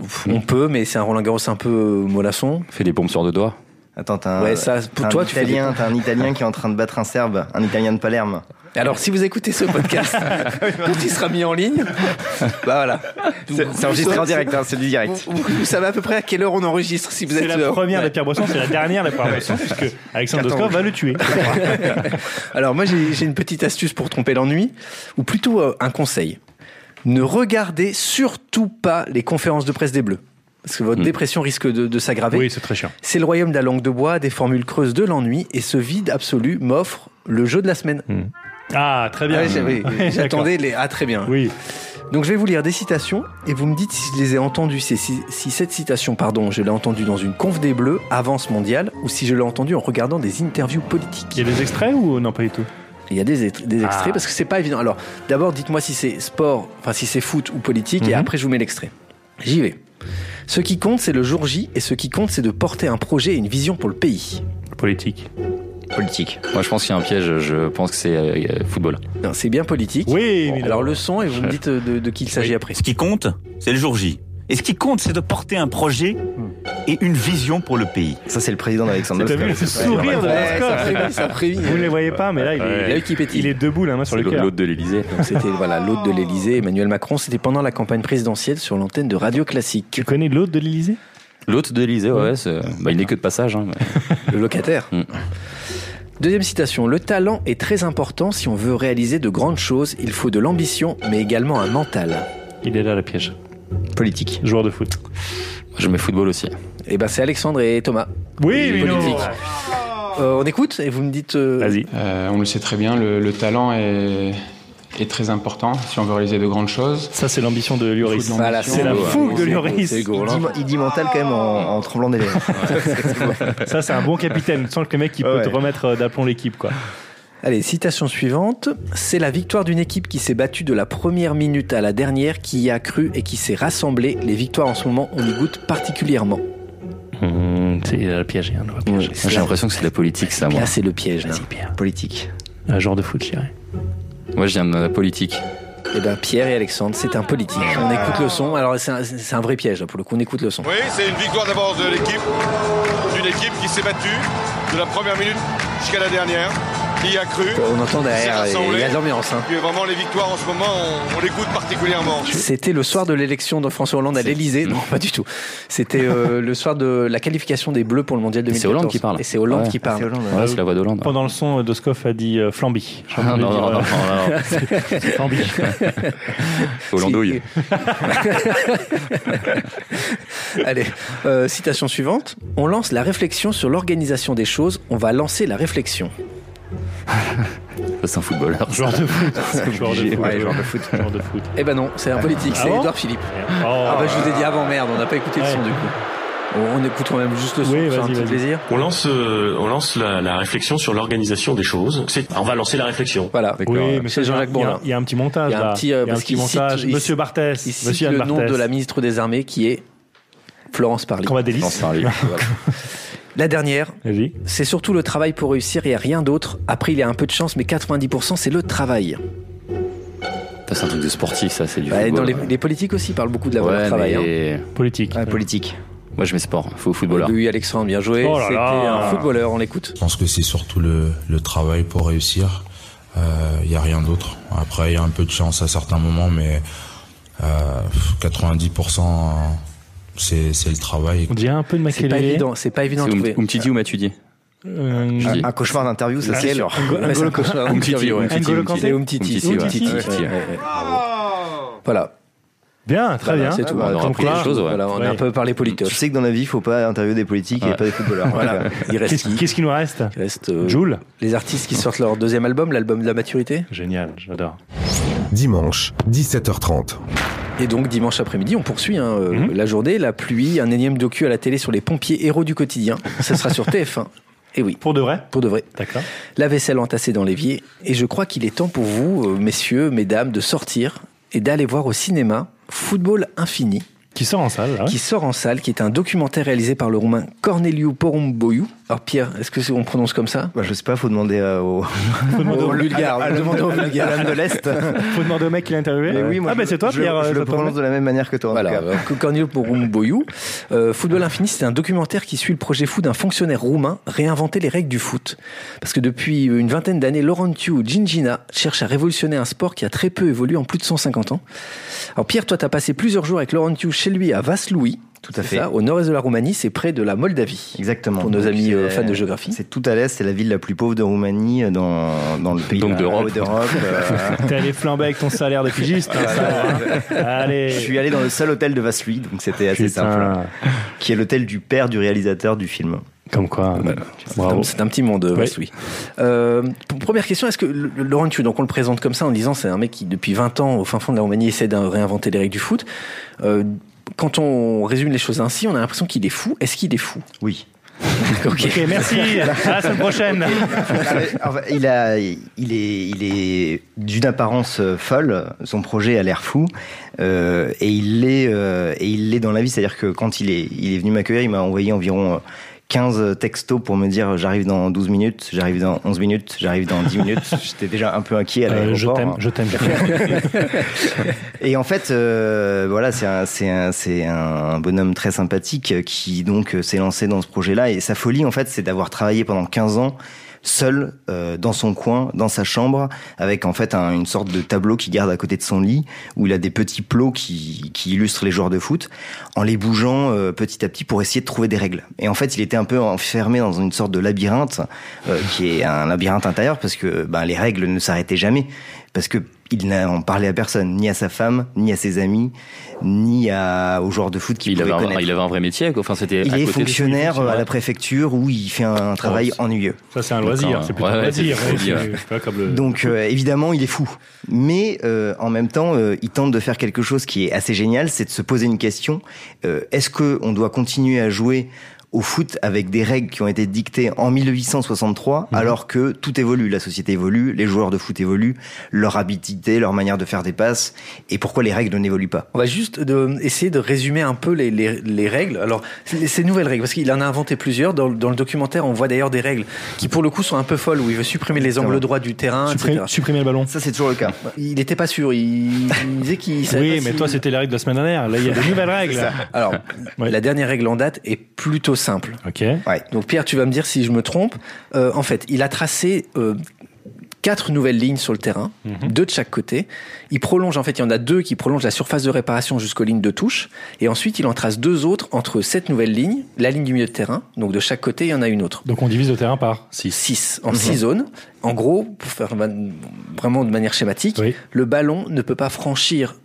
Speaker 2: Pff, On peut, mais c'est un Roland Garros un peu euh, mollasson.
Speaker 9: Fais des bombes sur deux doigts.
Speaker 14: Attends, t'as un,
Speaker 2: Ouais, ça,
Speaker 14: t'as
Speaker 2: pour
Speaker 14: un
Speaker 2: toi, tu fais des-
Speaker 14: italien, t'as un italien qui est en train de battre un serbe, un italien de Palerme.
Speaker 2: Alors, si vous écoutez ce podcast,
Speaker 14: Ah
Speaker 2: quand il sera mis en ligne, bah voilà.
Speaker 14: C'est- c'est enregistré en direct, hein, c'est du direct.
Speaker 2: Vous, vous- vous savez à peu près à quelle heure on enregistre si vous
Speaker 3: C'est
Speaker 2: êtes.
Speaker 3: la
Speaker 2: euh,
Speaker 3: première
Speaker 2: ouais.
Speaker 3: de Pierre Boisson, c'est la dernière de Pierre Boisson, puisque
Speaker 2: Carton
Speaker 3: Alexandre Doscoff
Speaker 2: rouge. Ah,
Speaker 3: va le tuer.
Speaker 2: Alors moi j'ai j'ai une petite astuce pour tromper l'ennui, ou plutôt euh, un conseil. Ne regardez surtout pas les conférences de presse des Bleus, parce que
Speaker 14: Hmm.
Speaker 2: votre dépression risque de, de s'aggraver.
Speaker 3: Oui, c'est très chiant.
Speaker 2: C'est le royaume de la langue de bois, des formules creuses de l'ennui, et ce vide absolu m'offre le jeu de la semaine.
Speaker 3: Ah, très bien.
Speaker 2: Ouais, j'avais-
Speaker 3: Ouais,
Speaker 2: J'attendais les... Ah très bien.
Speaker 3: Oui.
Speaker 2: Donc je vais vous lire des citations, et vous me dites si je les ai entendues, si, si- si cette citation, pardon, je l'ai entendue dans une conf des Bleus, avance mondiale, ou si je l'ai entendue en regardant des interviews politiques.
Speaker 3: Il y a des extraits ou non, pas du tout
Speaker 2: Il y a des, ex- des extraits
Speaker 3: Ah.
Speaker 2: parce que c'est pas évident. Alors, d'abord, dites-moi si c'est sport, enfin si c'est foot ou politique, et
Speaker 3: Mhm.
Speaker 2: après je vous mets l'extrait. J'y vais. Ce qui compte, c'est le jour J, et ce qui compte, c'est de porter un projet et une vision pour le pays.
Speaker 3: Politique.
Speaker 14: Politique.
Speaker 9: Moi, je pense qu'il y a un piège. Je pense que c'est euh, football.
Speaker 2: Non, c'est bien politique.
Speaker 3: Oui,
Speaker 2: Bon,
Speaker 3: évidemment.
Speaker 2: alors le son et vous me dites euh, de, de qui il s'agit après.
Speaker 10: Ce qui compte, c'est le jour J. Et ce qui compte, c'est de porter un projet et une vision pour le pays.
Speaker 14: Ça, c'est le président d'Alexandre
Speaker 3: T'as vu le
Speaker 14: Doscoff.
Speaker 3: sourire de
Speaker 2: Ouais, ça prévit, ça
Speaker 3: Doscoff
Speaker 2: prévit.
Speaker 3: Vous ne les voyez pas, mais là, il
Speaker 2: Il y a eu
Speaker 3: est,
Speaker 2: qui pétille.
Speaker 3: il est debout, la main sur
Speaker 9: C'est
Speaker 3: le
Speaker 9: l'autre
Speaker 3: cœur.
Speaker 9: l'autre de l'Elysée.
Speaker 2: Donc, C'était voilà l'hôte de l'Élysée, Emmanuel Macron. C'était pendant la campagne présidentielle sur l'antenne de Radio Classique.
Speaker 3: Tu connais l'autre de l'Elysée
Speaker 9: L'autre de l'Elysée, ouais, c'est- bah, il n'est que de passage. hein, mais-
Speaker 2: Le locataire.
Speaker 9: Mm.
Speaker 2: Deuxième citation. Le talent est très important si on veut réaliser de grandes choses. Il faut de l'ambition, mais également un mental.
Speaker 3: Il est là, le piège.
Speaker 14: Politique.
Speaker 3: Joueur de foot.
Speaker 9: Je mets football aussi.
Speaker 2: Eh ben c'est Alexandre et Thomas.
Speaker 3: Oui, mais non.
Speaker 2: politique. Euh, on écoute et vous me dites. euh,
Speaker 3: Vas-y.
Speaker 16: Euh, on le sait très bien, le, le talent est, est très important si on veut réaliser de grandes choses.
Speaker 3: Ça, c'est l'ambition de Lloris.
Speaker 2: Voilà,
Speaker 3: C'est la fougue de Lloris.
Speaker 2: euh, C'est Gaulle,
Speaker 14: Il
Speaker 2: hein.
Speaker 14: dit, il dit mental quand même en, en tremblant des lèvres.
Speaker 3: Ça, c'est un bon capitaine. Sans que le mec, il peut
Speaker 14: Ouais.
Speaker 3: te remettre euh, d'aplomb l'équipe, quoi.
Speaker 2: Allez, citation suivante. C'est la victoire d'une équipe qui s'est battue de la première minute à la dernière, qui y a cru et qui s'est rassemblée. Les victoires en ce moment, on y goûte particulièrement.
Speaker 3: c'est le piège,
Speaker 9: J'ai l'impression que c'est de la politique, ça, moi.
Speaker 2: Là, c'est le piège. là.
Speaker 14: Politique.
Speaker 3: Un joueur de foot, je dirais.
Speaker 9: Moi, je viens de la politique.
Speaker 2: Eh ben, Pierre et Alexandre, c'est un politique. On écoute le son. Alors, c'est un, c'est un vrai piège, là, pour le coup. On écoute le son.
Speaker 8: Oui, c'est une victoire d'abord de l'équipe, d'une équipe qui s'est battue de la première minute jusqu'à la dernière, qui a cru.
Speaker 2: On entend
Speaker 8: s'est
Speaker 2: derrière,
Speaker 8: rassemblée.
Speaker 2: il y a de l'ambiance. hein.
Speaker 8: Et vraiment, les victoires en ce moment, on, on les goûte particulièrement.
Speaker 2: C'était le soir de l'élection de François Hollande à l'Elysée. Non, pas du tout. C'était euh, le soir de la qualification des Bleus pour le Mondial 2014.
Speaker 9: c'est Hollande qui parle.
Speaker 2: Et c'est Hollande
Speaker 9: Ouais.
Speaker 2: qui
Speaker 14: Ah, C'est
Speaker 2: parle.
Speaker 14: Hollande.
Speaker 16: Ah
Speaker 9: Ouais, c'est la voix d'Hollande.
Speaker 3: Pendant le son, euh, Doskov a dit euh, Flamby. J'ai
Speaker 9: Ah,
Speaker 3: envie de
Speaker 9: non,
Speaker 3: dire,
Speaker 9: non, non,
Speaker 3: euh,
Speaker 9: non, non, non.
Speaker 3: Flamby.
Speaker 9: Hollandouille.
Speaker 2: Allez, euh, citation suivante. On lance la réflexion sur l'organisation des choses. On va lancer la réflexion.
Speaker 17: quoi, c'est un footballeur.
Speaker 3: Joueur de foot.
Speaker 17: Joueur de foot. Ouais, joueur de foot.
Speaker 3: Joueur de foot.
Speaker 2: Eh ben non, c'est un politique,
Speaker 3: Ah
Speaker 2: c'est
Speaker 3: bon
Speaker 2: Edouard Philippe.
Speaker 3: Oh.
Speaker 2: ah bah je vous ai dit avant, merde, on n'a pas écouté le son
Speaker 3: Ouais.
Speaker 2: du coup. On on écoutera même juste le son,
Speaker 3: Oui,
Speaker 2: c'est un
Speaker 3: vas-y,
Speaker 2: petit
Speaker 3: vas-y.
Speaker 2: plaisir.
Speaker 18: On lance, euh, on lance la, la réflexion sur l'organisation des choses. C'est- On va lancer la réflexion.
Speaker 2: Voilà.
Speaker 3: Oui, mais
Speaker 2: Chez
Speaker 3: ça,
Speaker 2: Jean-Jacques
Speaker 3: il y a-
Speaker 2: Bourlin.
Speaker 3: Il y a un petit montage.
Speaker 2: Il y a
Speaker 3: là.
Speaker 2: un petit, euh,
Speaker 3: Il y a un
Speaker 2: parce
Speaker 3: petit
Speaker 2: qu'il cite-
Speaker 3: montage.
Speaker 2: il
Speaker 3: Monsieur
Speaker 2: cite-
Speaker 3: Barthès.
Speaker 2: il cite
Speaker 3: Monsieur Anne
Speaker 2: le nom
Speaker 3: Barthès.
Speaker 2: de la ministre des Armées qui est Florence Parly.
Speaker 3: Cambadélis.
Speaker 2: Florence Parly, voilà. La dernière, c'est surtout le travail pour réussir, il n'y a rien d'autre. Après, il y a un peu de chance, mais 90% c'est le travail.
Speaker 17: Putain, C'est un truc de sportif, ça, c'est du
Speaker 2: Bah,
Speaker 17: football.
Speaker 2: dans les, les politiques aussi parlent beaucoup de la valeur
Speaker 17: Ouais,
Speaker 2: travail. hein.
Speaker 17: mais-
Speaker 3: Politique.
Speaker 17: politique. Moi, je mets sport. Faut footballeur.
Speaker 2: Oui, Alexandre, bien joué.
Speaker 17: Oh là
Speaker 2: C'était
Speaker 17: là.
Speaker 2: un footballeur, on l'écoute.
Speaker 10: Je pense que c'est surtout le, le travail pour réussir. Il n'y a rien d'autre. Après, il y a un peu de chance à certains moments, mais euh, 90%, c'est c'est le travail.
Speaker 3: On dirait un peu de
Speaker 2: C'est pas
Speaker 3: Makelele.
Speaker 2: évident, Ah. c'est pas évident à trouver.
Speaker 17: Umtiti ou Matuidi
Speaker 3: Euh,
Speaker 9: Un, un cauchemar d'interview, ça c'est sûr.
Speaker 2: Ouais, c'est un cauchemar.
Speaker 9: Umtiti, ouais.
Speaker 2: Umtiti,
Speaker 9: N'Golo
Speaker 2: Umtiti.
Speaker 9: Kanté
Speaker 2: C'est Umtiti.
Speaker 9: Umtiti, ouais.
Speaker 2: Umtiti.
Speaker 9: Umtiti,
Speaker 2: Ouais, ouais, ouais. Voilà.
Speaker 3: Bien,
Speaker 9: Bah,
Speaker 3: très bien.
Speaker 9: C'est tout.
Speaker 2: Bah, on aura
Speaker 9: Comme
Speaker 2: appris des
Speaker 9: quoi,
Speaker 2: choses, ouais.
Speaker 9: voilà, on
Speaker 2: Ouais.
Speaker 9: a un peu
Speaker 2: parlé politique.
Speaker 9: Tu sais que dans la vie, il faut pas interviewer des politiques et
Speaker 2: Ouais.
Speaker 9: pas des footballeurs.
Speaker 2: Voilà. Il reste
Speaker 3: Qu'est-ce
Speaker 2: qui
Speaker 3: qu'est-ce qui nous reste
Speaker 2: Il reste euh,
Speaker 3: Joule.
Speaker 2: les artistes qui sortent leur deuxième album, l'album de la maturité.
Speaker 3: Génial, j'adore.
Speaker 19: Dimanche, 17h30.
Speaker 2: Et donc dimanche après-midi, on poursuit hein, euh, la journée, la pluie, un énième docu à la télé sur les pompiers héros du quotidien. Ça sera sur TF1. Et oui.
Speaker 3: Pour de vrai
Speaker 2: Pour de vrai.
Speaker 3: D'accord.
Speaker 2: La vaisselle entassée dans l'évier. Et je crois qu'il est temps pour vous, euh, messieurs, mesdames, de sortir et d'aller voir au cinéma Football Infini.
Speaker 3: Qui sort en salle, hein là, ouais.
Speaker 2: Qui sort en salle, qui est un documentaire réalisé par le roumain Corneliu Porumboiu. Alors Pierre, est-ce que c'est- on prononce comme ça
Speaker 9: Bah, je sais pas, faut demander euh, au,
Speaker 3: demander
Speaker 9: au
Speaker 3: au-
Speaker 9: bulgare,
Speaker 2: à- à-
Speaker 9: demander au
Speaker 2: à-
Speaker 9: bulgare, à l'âme de l'Est.
Speaker 3: Faut demander au mec qui l'a interviewé.
Speaker 9: Mais oui, moi,
Speaker 3: ah,
Speaker 9: je-
Speaker 3: bah c'est toi,
Speaker 9: je-
Speaker 3: Pierre.
Speaker 9: Je,
Speaker 3: euh,
Speaker 9: le
Speaker 3: toi, toi,
Speaker 9: prononce de la même manière que toi. en
Speaker 2: Voilà, euh,
Speaker 9: tout cas.
Speaker 2: alors que Corneliu Porumboiu. Euh, football Infini, c'est un documentaire qui suit le projet fou d'un fonctionnaire roumain réinventer les règles du foot. Parce que depuis une vingtaine d'années, Laurentiu Gingina cherche à révolutionner un sport qui a très peu évolué en plus de 150 ans. Alors Pierre, toi, t'as passé plusieurs jours avec Laurentiu chez lui à Vaslui. Tout
Speaker 9: à fait.
Speaker 2: au nord-est de la Roumanie, c'est près de la Moldavie.
Speaker 9: Exactement.
Speaker 2: Pour nos
Speaker 9: Donc,
Speaker 2: amis
Speaker 9: c'est-
Speaker 2: euh, fans de géographie.
Speaker 9: C'est tout à l'est, c'est la ville la plus pauvre de Roumanie euh, dans, dans le pays.
Speaker 17: Donc
Speaker 9: euh,
Speaker 17: d'Europe.
Speaker 9: d'Europe. euh,
Speaker 3: T'es allé flamber avec ton salaire de pigiste. hein, ça, hein. Allez.
Speaker 9: Je suis allé dans le seul hôtel de Vaslui, donc c'était assez
Speaker 3: Putain.
Speaker 9: simple. Qui est l'hôtel du père du réalisateur du film.
Speaker 3: Comme quoi.
Speaker 2: C'est un- C'est un petit monde, euh,
Speaker 3: Ouais.
Speaker 2: Vaslui. Euh, p- première question, est-ce que le- le- Laurent Thiou, donc on le présente comme ça en disant c'est un mec qui depuis 20 ans au fin fond de la Roumanie essaie de réinventer les règles du foot. Euh, quand on résume les choses ainsi, on a l'impression qu'il est fou. Est-ce qu'il est fou
Speaker 9: Oui.
Speaker 3: Ok, merci. À la semaine prochaine.
Speaker 9: Enfin, il, a, il est, il est d'une apparence euh, folle, son projet a l'air fou, euh, et il l'est euh, et il l'est dans la vie. C'est-à-dire que quand il est, il est venu m'accueillir, il m'a envoyé environ euh, 15 textos pour me dire euh, j'arrive dans 12 minutes, j'arrive dans 11 minutes, j'arrive dans 10 minutes. J'étais déjà un peu inquiet à
Speaker 3: Euh, je
Speaker 9: l'aéroport. hein.
Speaker 3: t'aime,
Speaker 2: hein.
Speaker 3: je t'aime.
Speaker 9: Et en fait, euh, voilà, c'est un, c'est un, c'est un bonhomme très sympathique euh, qui donc euh, s'est lancé dans ce projet-là. Et sa folie, en fait, c'est d'avoir travaillé pendant 15 ans seul euh, dans son coin, dans sa chambre, avec en fait un- une sorte de tableau qu'il garde à côté de son lit, où il a des petits plots qui, qui illustrent les joueurs de foot, en les bougeant euh, petit à petit pour essayer de trouver des règles. Et en fait, il était un peu enfermé dans une sorte de labyrinthe, euh, qui est un labyrinthe intérieur, parce que ben, les règles ne s'arrêtaient jamais, parce que il n'en parlait à personne, ni à sa femme, ni à ses amis, ni à, aux joueurs de foot qu'il
Speaker 17: Il
Speaker 9: pouvait
Speaker 17: avait, un,
Speaker 9: connaître.
Speaker 17: il avait un vrai métier. quoi. Enfin, c'était
Speaker 9: Il
Speaker 17: à côté
Speaker 9: est
Speaker 17: de-
Speaker 9: fonctionnaire euh, à la préfecture où il fait un travail ennuyeux.
Speaker 3: Ça, c'est un
Speaker 17: D'accord.
Speaker 3: loisir. C'est plutôt
Speaker 17: Ouais,
Speaker 3: un
Speaker 17: ouais,
Speaker 3: loisir.
Speaker 17: c'est plutôt
Speaker 3: ouais,
Speaker 17: un
Speaker 3: c'est-
Speaker 17: loisir.
Speaker 3: c'est pas comme le-
Speaker 9: Donc euh, évidemment, il est fou. Mais euh, en même temps, euh, il tente de faire quelque chose qui est assez génial, c'est de se poser une question. Euh, Est-ce que on doit continuer à jouer au foot avec des règles qui ont été dictées en 1863
Speaker 2: Mhm.
Speaker 9: alors que tout évolue, la société évolue, les joueurs de foot évoluent, leur habitité, leur manière de faire des passes et pourquoi les règles n'évoluent pas
Speaker 2: On va juste de- essayer de résumer un peu les, les- les règles. Alors, c'est- ces nouvelles règles, parce qu'il en a inventé plusieurs. Dans, le- dans le documentaire, on voit d'ailleurs des règles qui, pour le coup, sont un peu folles, où il veut supprimer les angles droits du terrain, etc.
Speaker 3: Supprime- Ah, Supprimer le ballon.
Speaker 9: Ça c'est toujours le cas.
Speaker 2: Il n'était pas sûr. Il, il disait qu'il savait
Speaker 3: Oui,
Speaker 2: pas
Speaker 3: mais
Speaker 2: si-
Speaker 3: toi, c'était les règles de la semaine dernière. Là, il y a de nouvelles règles.
Speaker 2: Alors, la dernière règle en date est plutôt simple.
Speaker 3: Ok.
Speaker 2: Donc Pierre, tu vas me dire si je me trompe. Euh, en fait, il a tracé euh, quatre nouvelles lignes sur le terrain, deux de chaque côté. Il prolonge, en fait, il y en a deux qui prolongent la surface de réparation jusqu'aux lignes de touche. Et ensuite, il en trace deux autres entre cette nouvelle ligne, la ligne du milieu de terrain. Donc de chaque côté, il y en a une autre.
Speaker 3: Donc, on divise le terrain par
Speaker 2: 6. en six zones. En gros, pour faire va- vraiment de manière schématique, le ballon ne peut pas franchir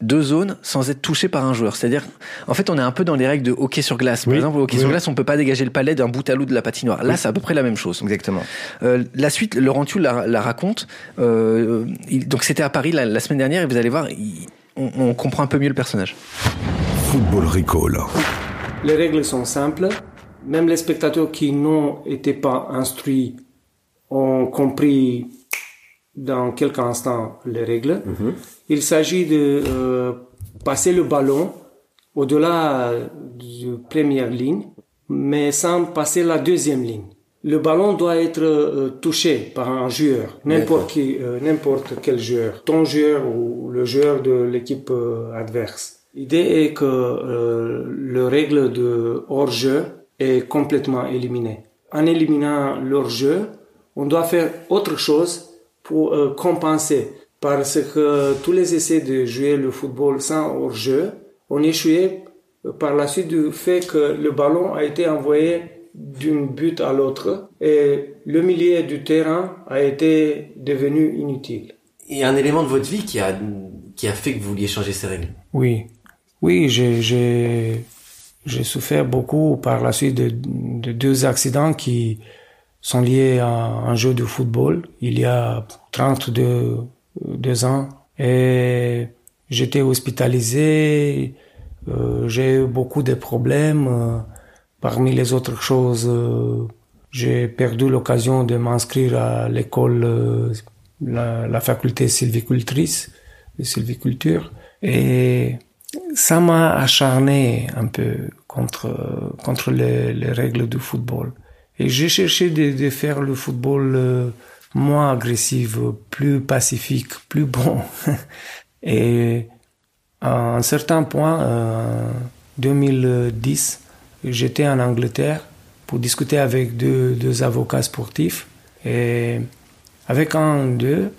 Speaker 7: deux zones sans être touché par un joueur. C'est-à-dire, en fait, on est un peu dans les règles de hockey sur glace. Par
Speaker 2: Oui.
Speaker 7: exemple, au hockey
Speaker 2: Oui.
Speaker 7: sur glace, on peut pas dégager le palais d'un bout à l'autre de la patinoire. Là, c'est à peu près la même chose.
Speaker 2: Exactement.
Speaker 7: Euh, la suite, Laurent Thiou la, la raconte. Euh, il- donc, c'était à Paris la, la semaine dernière et vous allez voir, il- on- on comprend un peu mieux le personnage.
Speaker 4: Football Recall.
Speaker 8: Les règles sont simples. Même les spectateurs qui n'ont été pas instruits ont compris dans quelques instants les règles. Il s'agit de euh, passer le ballon au-delà de la première ligne, mais sans passer la deuxième ligne. Le ballon doit être euh, touché par un joueur, n'importe qui, euh, n'importe quel joueur, ton joueur ou le joueur de l'équipe euh, adverse. L'idée est que euh, le règle de hors-jeu est complètement éliminée. En éliminant l'hors-jeu, on doit faire autre chose pour euh, compenser. Parce que tous les essais de jouer le football sans hors-jeu, on échouait par la suite du fait que le ballon a été envoyé d'une butte à l'autre et le milieu du terrain a été devenu inutile.
Speaker 20: Et un élément de votre vie qui a, qui a fait que vous vouliez changer ces règles.
Speaker 8: Oui, oui, j'ai- j'ai j'ai souffert beaucoup par la suite de, de deux accidents qui sont liés à un jeu de football il y a 32 deux ans. Et j'étais hospitalisé, euh, j'ai eu beaucoup de problèmes. euh, Parmi les autres choses, euh, j'ai perdu l'occasion de m'inscrire à l'école, euh, la, la faculté sylvicultrice, de sylviculture. Et ça m'a acharné un peu contre, contre les, les règles du football. Et j'ai cherché de, de faire le football euh, moins agressif, plus pacifique, plus bon. Et à un certain point, euh, 2010, j'étais en Angleterre pour discuter avec deux, deux avocats sportifs. Et avec un d'eux,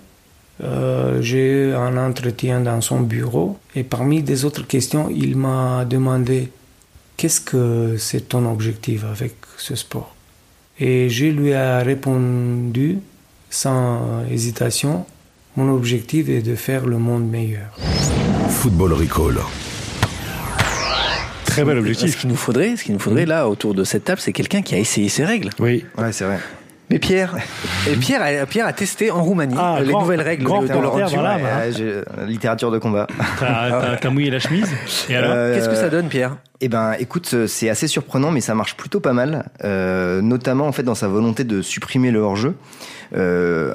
Speaker 8: euh, j'ai eu un entretien dans son bureau. Et parmi des autres questions, il m'a demandé Qu'est-ce que c'est ton objectif avec ce sport Et je lui ai répondu sans hésitation Mon objectif est de faire le monde meilleur.
Speaker 4: Football Recall.
Speaker 3: Très bel
Speaker 7: Ce
Speaker 3: objectif.
Speaker 7: qu'il nous faudrait, ce qu'il nous faudrait là autour de cette table, c'est quelqu'un qui a essayé ces règles.
Speaker 3: Oui.
Speaker 2: Ouais, c'est vrai.
Speaker 7: Mais Pierre, et Pierre, a, Pierre a testé en Roumanie euh, les nouvelles règles de, de Laurent Thiou.
Speaker 2: Ouais, ouais, j'ai- littérature de combat.
Speaker 3: T'as t'as- t'as mouillé la chemise. Et alors
Speaker 7: qu'est-ce que ça donne, Pierre
Speaker 2: Eh ben, écoute, euh, c'est assez surprenant, mais ça marche plutôt pas mal, euh, notamment en fait dans sa volonté de supprimer le hors-jeu. Euh,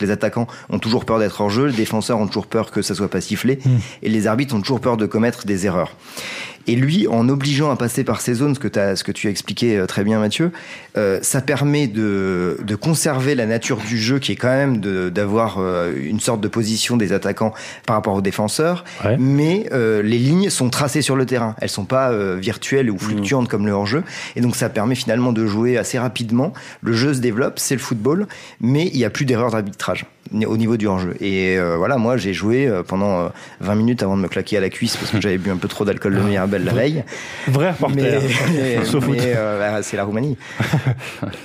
Speaker 2: les attaquants ont toujours peur d'être hors-jeu, les défenseurs ont toujours peur que ça soit pas sifflé, et les arbitres ont toujours peur de commettre des erreurs. Et lui, en obligeant à passer par ces zones, ce que, t'as- ce que tu as expliqué euh, très bien Mathieu, euh, ça permet de, de conserver la nature du jeu qui est quand même de- d'avoir euh, une sorte de position des attaquants par rapport aux défenseurs, mais euh, les lignes sont tracées sur le terrain, elles sont pas euh, virtuelles ou fluctuantes comme le hors-jeu, et donc ça permet finalement de jouer assez rapidement, le jeu se développe, c'est le football, mais il n'y a plus d'erreur d'arbitrage au niveau du hors-jeu. Et euh, voilà, moi j'ai joué euh, pendant euh, 20 minutes avant de me claquer à la cuisse parce que j'avais bu un peu trop d'alcool de Mirabel la veille.
Speaker 3: Vrai reporter.
Speaker 2: Mais, euh,
Speaker 3: hein. Sauf foot.
Speaker 2: mais, euh, bah, c'est la Roumanie.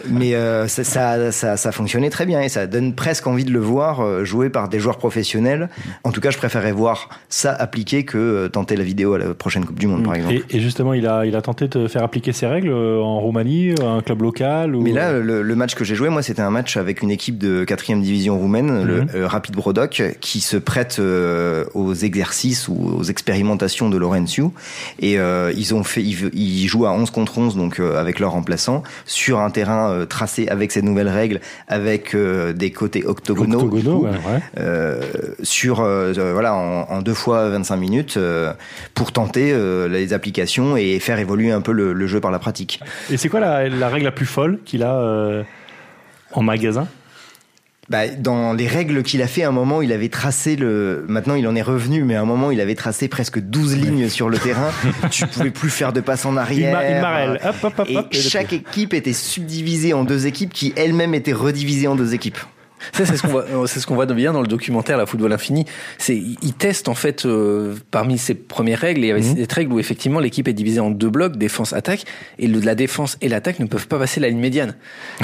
Speaker 2: mais euh, ça, ça, ça, ça fonctionnait très bien et ça donne presque envie de le voir euh, joué par des joueurs professionnels. En tout cas, je préférais voir ça appliqué que euh, tenter la vidéo à la prochaine Coupe du Monde, par exemple.
Speaker 3: Mm. Et, et justement, il a, il a tenté de te faire appliquer ces règles euh, en Roumanie, à un club local ou...
Speaker 2: Mais là, euh, le, le match que j'ai joué, moi, c'était un match avec une équipe de 4 division roumaine, le
Speaker 3: Mhm.
Speaker 2: euh, Rapid Brodoc, qui se prête euh, aux exercices ou aux expérimentations de Laurentiou. Et euh, ils ont fait, ils, ils jouent à 11 contre 11, donc euh, avec leur remplaçant, sur un terrain euh, tracé avec ces nouvelles règles, avec euh, des côtés octogonaux.
Speaker 3: Octogonaux, ouais, ouais.
Speaker 2: Euh, sur euh, euh, voilà en, en deux fois 25 minutes euh, pour tenter euh, les applications et faire évoluer un peu le- le jeu par la pratique.
Speaker 3: Et c'est quoi la, la règle la plus folle qu'il a euh, en magasin
Speaker 2: Bah, dans les règles qu'il a fait, à un moment, il avait tracé le. Maintenant, il en est revenu, mais à un moment, il avait tracé presque 12 lignes sur le terrain. tu pouvais plus faire de passe en
Speaker 3: Une ma-
Speaker 2: arrière.
Speaker 3: une marelle. Hop, hop, hop,
Speaker 2: et
Speaker 3: hop, et le
Speaker 2: chaque équipe était subdivisée en deux équipes qui elles-mêmes étaient redivisées en deux équipes.
Speaker 7: Ça, c'est ce qu'on voit, euh, c'est ce qu'on voit de bien dans le documentaire La Football Infini. C'est, il teste en fait euh, parmi ses premières règles. Il y avait
Speaker 3: Mhm.
Speaker 7: cette règle où effectivement l'équipe est divisée en deux blocs, défense-attaque, et le- la défense et l'attaque ne peuvent pas passer la ligne médiane.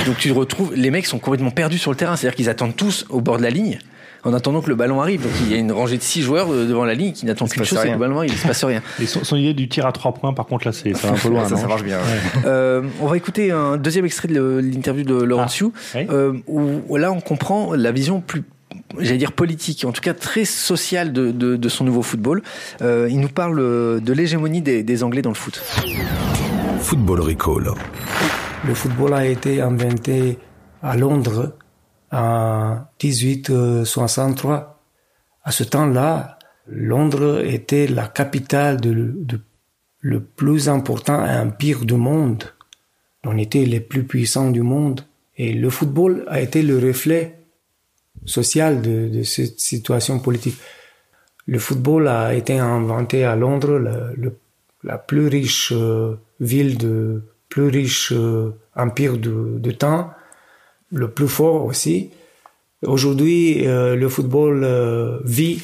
Speaker 7: Donc tu te retrouves, les mecs sont complètement perdus sur le terrain. C'est-à-dire qu'ils attendent tous au bord de la ligne. en attendant que le ballon arrive. Donc il y a une rangée de 6 joueurs euh, devant la ligne qui n'attendent qu'une
Speaker 3: passe
Speaker 7: chose, c'est que
Speaker 3: rien.
Speaker 7: le ballon arrive, il se passe rien.
Speaker 3: Et son, son idée du tir à 3 points, par contre, là, c'est ça va un peu loin. non
Speaker 7: Euh, on va écouter un deuxième extrait de le- l'interview de
Speaker 3: Ah.
Speaker 7: Laurent Sioux, euh, où où là on comprend la vision plus j'allais dire politique, en tout cas très sociale de, de- de son nouveau football. Euh, il nous parle euh, de l'hégémonie des, des Anglais dans le foot.
Speaker 4: Football Recall.
Speaker 8: Le football a été inventé à Londres en 1863. À ce temps-là, Londres était la capitale de, de- le plus important empire du monde. On était les plus puissants du monde. Et le football a été le reflet social de, de cette situation politique. Le football a été inventé à Londres, la, le- la plus riche euh, ville de plus riche euh, empire de, de temps, le plus fort aussi. Aujourd'hui, euh, le football euh, vit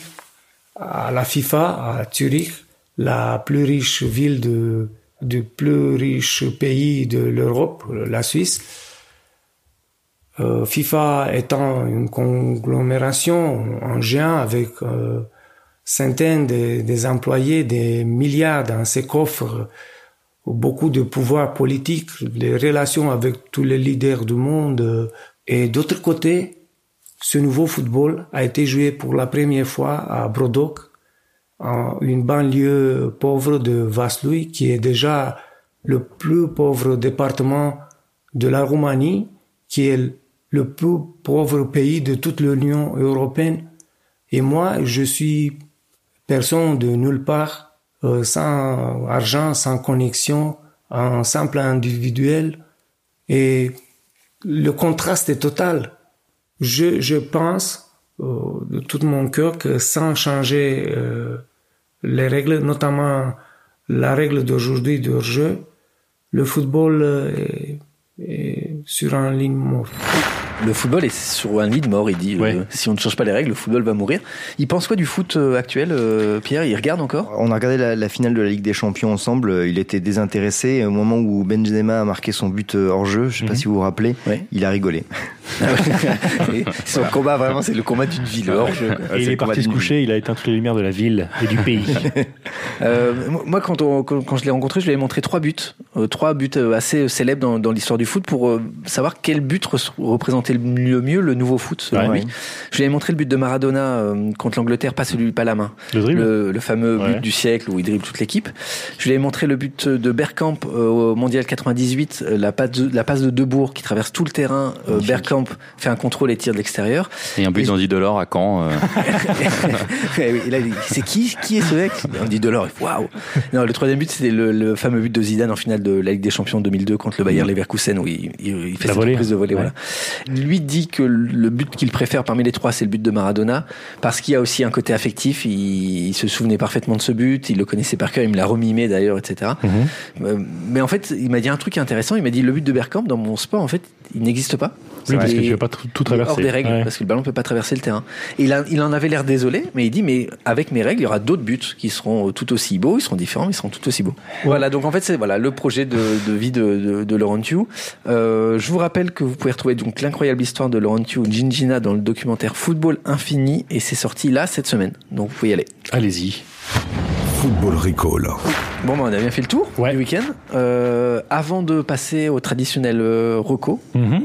Speaker 8: à la FIFA, à Zurich, la plus riche ville de, du plus riche pays de l'Europe, la Suisse. Euh, FIFA étant une conglomération, un géant avec euh, centaines de- des employés, des milliards dans ses coffres, beaucoup de pouvoir politique, des relations avec tous les leaders du monde. euh, Et d'autre côté, ce nouveau football a été joué pour la première fois à Brodok, en une banlieue pauvre de Vaslui, qui est déjà le plus pauvre département de la Roumanie, qui est le plus pauvre pays de toute l'Union européenne. Et moi, je suis personne de nulle part, euh, sans argent, sans connexion, un simple individuel. Et le contraste est total. Je, je pense euh, de tout mon cœur que sans changer euh, les règles, notamment la règle d'aujourd'hui du jeu, le football euh, est, est sur un ligne morte.
Speaker 7: Le football est sur un lit de mort, il dit. euh, si on ne change pas les règles, le football va mourir. Il pense quoi du foot euh, actuel, euh, Pierre Il regarde encore
Speaker 2: On a regardé la, la finale de la Ligue des Champions ensemble. euh, Il était désintéressé. Au moment où Benzema a marqué son but euh, hors jeu, je
Speaker 3: Mhm.
Speaker 2: sais pas si vous vous rappelez, il a rigolé.
Speaker 7: Et son combat, vraiment, c'est le combat d'une ville hors jeu. quoi.
Speaker 3: Ah Et il est parti se coucher, il a éteint toutes les lumières de la ville et du pays.
Speaker 7: Euh, moi, quand, on- quand, quand je l'ai rencontré, je lui ai montré trois buts, Euh, trois buts euh, assez célèbres dans, dans l'histoire du foot pour euh, savoir quel but re- représentait le mieux, mieux le nouveau foot selon
Speaker 3: Ouais.
Speaker 7: lui. Je lui ai montré le but de Maradona euh, contre l'Angleterre, pas celui pas la main,
Speaker 3: Le dribble
Speaker 7: le fameux
Speaker 3: Ouais.
Speaker 7: but du siècle où il dribble toute l'équipe. Je lui ai montré le but de Bergkamp euh, au Mondial 98, euh, la passe de, la passe de Debourg qui traverse tout le terrain. Euh, Bergkamp fait un contrôle et tire de l'extérieur.
Speaker 9: Et un but d'Andy Delors à Caen. euh,
Speaker 7: Ouais, Eh oui, et là, il- c'est qui, qui est ce mec On dit Delors, il fait, waouh Non, le troisième but, c'était le, le fameux but de Zidane en finale de la Ligue des Champions 2002 contre le Bayern Leverkusen, où il, il- il fait
Speaker 3: Mm. La
Speaker 7: cette
Speaker 3: volée.
Speaker 7: prise de volée. Voilà. Lui dit que le but qu'il préfère parmi les trois, c'est le but de Maradona, parce qu'il y a aussi un côté affectif, il, il se souvenait parfaitement de ce but, il le connaissait par cœur, il me l'a remimé d'ailleurs, etc.
Speaker 3: Mm-hmm.
Speaker 7: Euh, Mais en fait, il m'a dit un truc intéressant, il m'a dit le but de Bergkamp, dans mon sport, en fait, il n'existe pas.
Speaker 3: Oui, parce
Speaker 7: Il
Speaker 3: que
Speaker 7: est-
Speaker 3: tu vas pas tout- tout
Speaker 7: il est Hors
Speaker 3: traverser.
Speaker 7: des règles,
Speaker 3: Ouais.
Speaker 7: parce que le ballon ne peut pas traverser le terrain. Et il, a- il en avait l'air désolé, mais il dit mais avec mes règles, il y aura d'autres buts qui seront euh, tout aussi beaux, ils seront différents, mais ils seront tout aussi beaux. Voilà, donc en fait c'est voilà le projet de, de vie de, de, de Laurent Thiou. Euh, je vous rappelle que vous pouvez retrouver donc l'incroyable histoire de Laurent Thiou Gingina dans le documentaire Football Infini et c'est sorti là cette semaine. Donc vous pouvez y aller.
Speaker 3: Allez-y.
Speaker 4: Football Recall.
Speaker 7: Bon, ben, on a bien fait le tour du week-end. Euh, avant de passer au traditionnel euh, reco, on
Speaker 3: Mhm.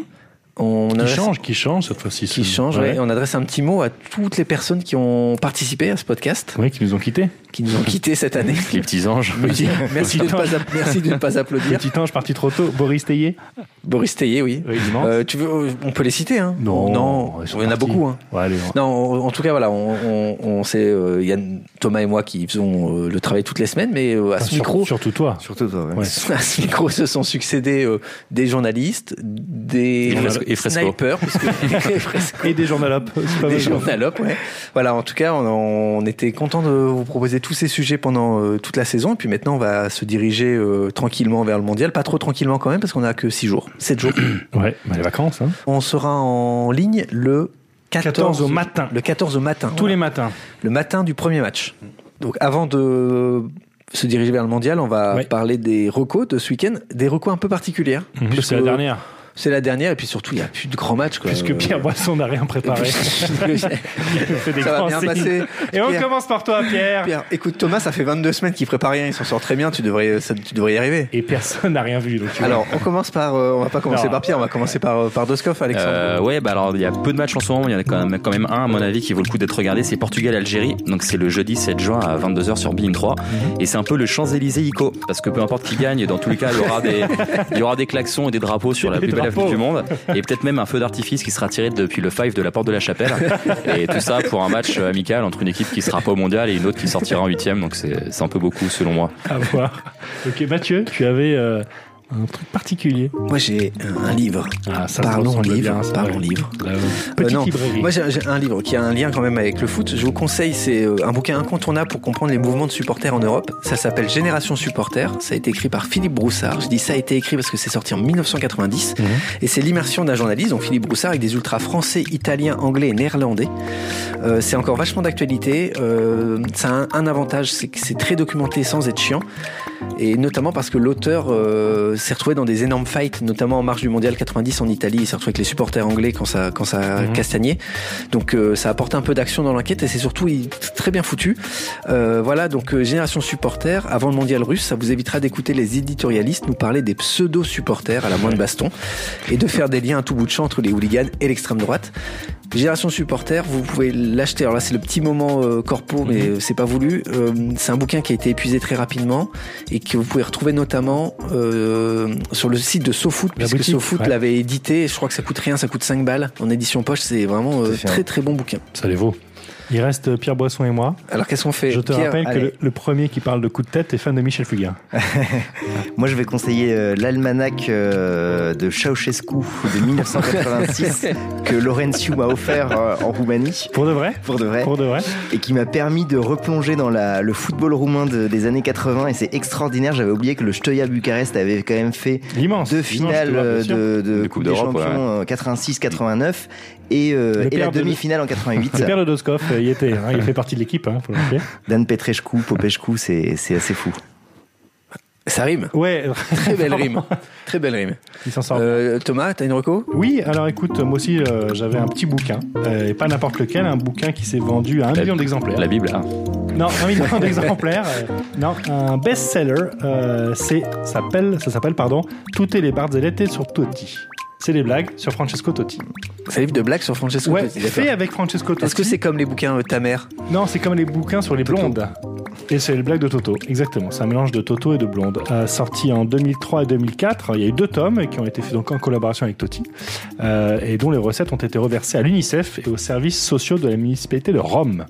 Speaker 3: Qui
Speaker 7: adresse-
Speaker 3: change, qui change cette fois-ci.
Speaker 7: qui change. ouais. Et on adresse un petit mot à toutes les personnes qui ont participé à ce podcast,
Speaker 3: Oui, qui nous ont quittés.
Speaker 7: qui nous ont quittés cette année.
Speaker 9: les petits anges.
Speaker 7: Merci, merci de ne pas, app- merci de ne pas applaudir.
Speaker 3: Petit ange parti trop tôt. Boris Théier
Speaker 7: Boris Théier, oui.
Speaker 3: immense.
Speaker 7: Euh, tu veux, euh, on peut les citer, hein
Speaker 3: Non,
Speaker 7: non,
Speaker 3: ils
Speaker 7: il y
Speaker 3: sont
Speaker 7: en a
Speaker 3: partis.
Speaker 7: beaucoup. Hein.
Speaker 3: Ouais, allez,
Speaker 7: Non, on- en tout cas, voilà, on, on, on sait, euh, Yann, Thomas et moi qui faisons euh, le travail toutes les semaines, mais euh, à
Speaker 3: Enfin,
Speaker 7: ce
Speaker 3: Ah, sur-
Speaker 7: micro,
Speaker 3: Surtout toi.
Speaker 2: Surtout toi, ouais.
Speaker 7: à ce micro se sont succédés euh, des journalistes, des
Speaker 9: Et Fresco- et Fresco.
Speaker 7: snipers, parce que- et Fresco.
Speaker 3: Et des journalopes. c'est pas
Speaker 7: des
Speaker 3: mal.
Speaker 7: journalopes, ouais. Voilà, en tout cas, on, on était content de vous proposer tous ces sujets pendant euh, toute la saison. Et puis maintenant, on va se diriger euh, tranquillement vers le mondial. Pas trop tranquillement quand même, parce qu'on a que 6 jours, 7 jours.
Speaker 3: Ouais, bah, les vacances. Hein.
Speaker 7: on sera en ligne le 14,
Speaker 3: 14 au matin.
Speaker 7: Le 14 au matin.
Speaker 3: Tous les matins.
Speaker 7: Le matin du premier match. Donc avant de se diriger vers le mondial, on va parler des recos de ce week-end, des recos un peu particulières.
Speaker 3: Mhm,
Speaker 7: puisque euh,
Speaker 3: c'est la dernière.
Speaker 7: C'est la dernière, et puis surtout, il n'y a plus de grands matchs. Quoi.
Speaker 3: Puisque Pierre Boisson n'a rien préparé. Il nous fait des
Speaker 7: ça va
Speaker 3: grands
Speaker 7: bien
Speaker 3: signes.
Speaker 7: passer.
Speaker 3: Et on
Speaker 7: Pierre.
Speaker 3: commence par toi, Pierre.
Speaker 7: Pierre, écoute, Thomas, ça fait 22 semaines qu'il prépare rien, il s'en sort très bien, tu devrais, euh, ça- tu devrais y arriver.
Speaker 3: Et personne n'a rien vu. Donc tu vois.
Speaker 7: Alors, on commence par. euh, on va pas commencer
Speaker 3: Non.
Speaker 7: par Pierre, on va commencer par, euh, par Doskov, Alexandre.
Speaker 21: Euh, ouais, bah alors il y a peu de matchs en ce moment, mais il y en a quand même, quand même un, à mon avis, qui vaut le coup d'être regardé, c'est Portugal-Algérie. Donc c'est le jeudi 7 juin à 22h sur Bein 3. Et c'est un peu le Champs-Élysées ICO, parce que peu importe qui gagne, dans tous les cas, il y aura des, il y aura des klaxons et des drapeaux sur la
Speaker 5: Des
Speaker 21: plus belle avenue
Speaker 5: drapeaux.
Speaker 21: du monde. Et peut-être même un feu d'artifice qui sera tiré depuis le 5 de la porte de la chapelle. Et tout ça pour un match euh, amical entre une équipe qui sera pas au mondial et une autre qui sortira en huitième. Donc c'est c'est un peu beaucoup selon moi.
Speaker 3: À voir. Ok, Mathieu, tu avais euh, un truc particulier.
Speaker 7: Moi, j'ai un livre.
Speaker 3: Ah, ça te
Speaker 7: parlons
Speaker 3: ressemble
Speaker 7: livre,
Speaker 3: bien, ça,
Speaker 7: parlons
Speaker 3: ouais.
Speaker 7: livre.
Speaker 3: La petite
Speaker 7: Euh, non,
Speaker 3: librairie.
Speaker 7: Moi, j'ai j'ai un livre qui a un lien quand même avec le foot. Je vous conseille, c'est euh, un bouquin incontournable pour comprendre les mouvements de supporters en Europe. Ça s'appelle Génération supporter. Ça a été écrit par Philippe Broussard. Je dis ça a été écrit parce que c'est sorti en 1990. Et c'est l'immersion d'un journaliste, donc Philippe Broussard, avec des ultras français, italiens, anglais et néerlandais. Euh, c'est encore vachement d'actualité. Euh, ça a un, un avantage, c'est que c'est très documenté sans être chiant. Et notamment parce que l'auteur euh, s'est retrouvé dans des énormes fights, notamment en marge du mondial 90 en Italie. Il s'est retrouvé avec les supporters anglais quand ça, quand ça a
Speaker 5: Mhm.
Speaker 7: castagné. Donc euh, ça apporte un peu d'action dans l'enquête et c'est surtout il est très bien foutu. Euh, voilà, donc euh, Génération Supporter, avant le mondial russe, ça vous évitera d'écouter les éditorialistes nous parler des pseudo-supporters à la moindre baston et de faire des liens à tout bout de champ entre les hooligans et l'extrême droite. Génération supporter, vous pouvez l'acheter. Alors là, c'est le petit moment euh, corpo,
Speaker 3: Mhm.
Speaker 7: mais euh, c'est pas voulu. Euh, c'est un bouquin qui a été épuisé très rapidement et que vous pouvez retrouver notamment euh, sur le site de SoFoot,
Speaker 3: La
Speaker 7: puisque
Speaker 3: boutique,
Speaker 7: SoFoot
Speaker 3: ouais.
Speaker 7: l'avait édité. Je crois que ça coûte rien, ça coûte 5 balles en édition poche. C'est vraiment euh,
Speaker 2: fait,
Speaker 7: très
Speaker 2: hein.
Speaker 7: très bon bouquin.
Speaker 3: Ça les vaut. Il reste euh, Pierre Boisson et moi.
Speaker 7: Alors qu'est-ce qu'on fait
Speaker 3: Je te
Speaker 7: Pierre
Speaker 3: rappelle que
Speaker 2: allez.
Speaker 3: le, le premier qui parle de coup de tête est fan de Michel Fugain.
Speaker 2: Moi, je vais conseiller euh, l'almanach euh, de Ceausescu de 1986 que Laurentiu m'a offert euh, en Roumanie.
Speaker 3: Pour de vrai
Speaker 2: Pour de vrai.
Speaker 3: Pour de vrai.
Speaker 2: Et qui m'a permis de replonger dans la- le football roumain de- des années 80. Et c'est extraordinaire. J'avais oublié que le Steaua Bucarest avait quand même fait
Speaker 3: L'immense.
Speaker 2: deux
Speaker 3: l'immense, tu
Speaker 2: finales
Speaker 3: vois, Oh, bien
Speaker 2: euh,
Speaker 3: sûr.
Speaker 2: de, de
Speaker 21: Coupe
Speaker 2: Coupe des
Speaker 21: d'Europe,
Speaker 2: Champions
Speaker 21: ouais.
Speaker 2: 86-89 et, euh,
Speaker 3: Le
Speaker 2: et la
Speaker 3: père de-
Speaker 2: demi-finale en 88.
Speaker 3: Le père de Doskov, euh, il était. hein, il fait partie de l'équipe, hein, faut le rappeler.
Speaker 2: Dan Petrescu, Popescu, c'est c'est assez fou.
Speaker 7: Ça rime.
Speaker 3: Ouais.
Speaker 7: Très belle rime. Très belle rime.
Speaker 3: Il s'en sort.
Speaker 7: Euh, Thomas, t'as une reco
Speaker 3: Oui, alors écoute, moi aussi euh, j'avais un petit bouquin, euh, et pas n'importe lequel, un bouquin qui s'est vendu à un
Speaker 21: La-
Speaker 3: million d'exemplaires.
Speaker 21: La Bible, ah.
Speaker 3: Non, un million d'exemplaires. euh, non, un best-seller. euh, c'est s'appelle, ça s'appelle pardon, Tutte le barzellette sur Totti. C'est des blagues sur Francesco Totti.
Speaker 7: C'est un livre de blagues sur Francesco
Speaker 3: Ouais,
Speaker 7: Totti,
Speaker 3: fait
Speaker 7: d'accord.
Speaker 3: avec Francesco Totti.
Speaker 7: Est-ce que c'est comme les bouquins euh, Ta mère
Speaker 3: Non, c'est comme les bouquins sur les blondes. Et c'est les blagues de Toto, exactement. C'est un mélange de Toto et de blonde. Euh, sorti en 2003 et 2004, il y a eu deux tomes qui ont été faits donc en collaboration avec Totti, euh, et dont les recettes ont été reversées à l'UNICEF et aux services sociaux de la municipalité de Rome.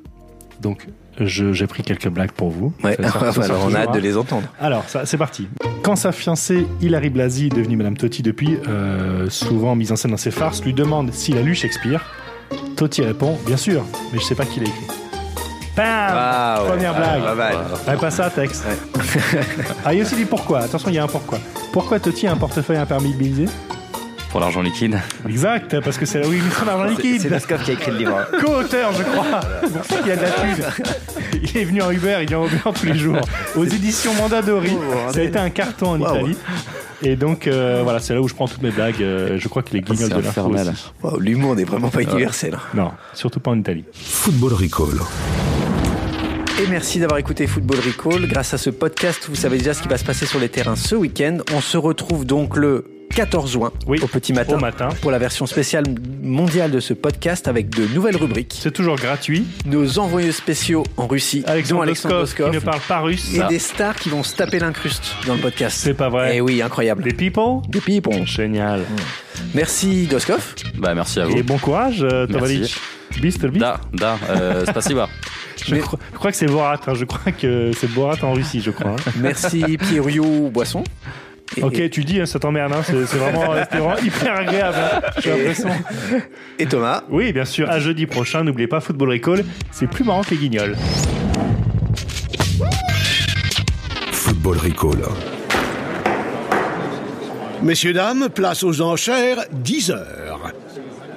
Speaker 3: Donc, je- j'ai pris quelques blagues pour vous.
Speaker 7: Ouais,
Speaker 3: Ça sort- ça sort
Speaker 7: alors on a
Speaker 3: toujours,
Speaker 7: hâte de
Speaker 3: hein.
Speaker 7: les entendre.
Speaker 3: Alors, ça, c'est parti. Quand sa fiancée Hilary Blasi, devenue Madame Totti depuis, euh, souvent mise en scène dans ses farces, lui demande s'il a lu Shakespeare, Totti répond Bien sûr, mais je sais pas qui l'a écrit. Bam
Speaker 7: Ah, ouais.
Speaker 3: Première
Speaker 7: Ah,
Speaker 3: blague.
Speaker 7: pas mal.
Speaker 3: Ouais, pas ça, texte. ah, il y a aussi dit pourquoi. Attention, il y a un pourquoi. Pourquoi Totti a un portefeuille imperméabilisé
Speaker 21: Pour l'argent liquide.
Speaker 3: Exact, parce que c'est là où il met son argent
Speaker 2: C'est c'est
Speaker 3: liquide.
Speaker 2: Doskov qui a écrit le livre. hein.
Speaker 3: Co-auteur, je crois. Pour ça qu'il y a de la thune. Il est venu en Uber, il vient en Uber tous les jours. Aux éditions Mandadori. Ça a été un carton en
Speaker 7: Oh, Waouh.
Speaker 3: Italie. Et donc, euh, voilà, c'est là où je prends toutes mes blagues. Euh, je crois qu'il
Speaker 7: Ah,
Speaker 3: est guignol
Speaker 21: C'est
Speaker 3: de l'info
Speaker 21: infernal.
Speaker 3: aussi.
Speaker 7: Wow, L'humour n'est vraiment
Speaker 3: Ah
Speaker 7: pas universel. hein.
Speaker 3: Non, surtout pas en Italie.
Speaker 4: Football Recall.
Speaker 7: Et merci d'avoir écouté Football Recall. Grâce à ce podcast, vous savez déjà ce qui va se passer sur les terrains ce week-end. On se retrouve donc le 14 juin
Speaker 3: Oui,
Speaker 7: au petit matin,
Speaker 3: au matin.
Speaker 7: pour la version spéciale mondiale de ce podcast avec de nouvelles rubriques.
Speaker 3: C'est toujours gratuit.
Speaker 7: Nos envoyés spéciaux en Russie, dont
Speaker 3: Alexandre
Speaker 7: Alexandre
Speaker 3: Doskov, qui ne
Speaker 7: Doskov,
Speaker 3: parle pas russe.
Speaker 7: et des stars qui vont se taper l'incruste dans le podcast.
Speaker 3: C'est pas vrai.
Speaker 7: Eh oui, incroyable.
Speaker 3: Des people
Speaker 7: Des pipons.
Speaker 3: Génial.
Speaker 7: Merci Doskov.
Speaker 21: Bah merci à vous.
Speaker 3: Et bon courage, euh, Tovalic. Bis, Tolbi.
Speaker 21: Da, da, euh, spasiba.
Speaker 3: Je, crois- je crois que c'est Borat. hein. Je crois que c'est Borat en Russie, je crois. hein.
Speaker 7: Merci Pierriot Boisson. Et-
Speaker 3: Ok, tu dis, hein, ça t'emmerde. hein. C'est c'est vraiment, c'était vraiment hyper agréable. hein. J'ai l'impression.
Speaker 7: et Thomas.
Speaker 3: Oui, bien sûr, à jeudi prochain. N'oubliez pas, Football Recall, c'est plus marrant que les guignols.
Speaker 4: Football Recall.
Speaker 10: Messieurs, dames, place aux enchères, 10 heures.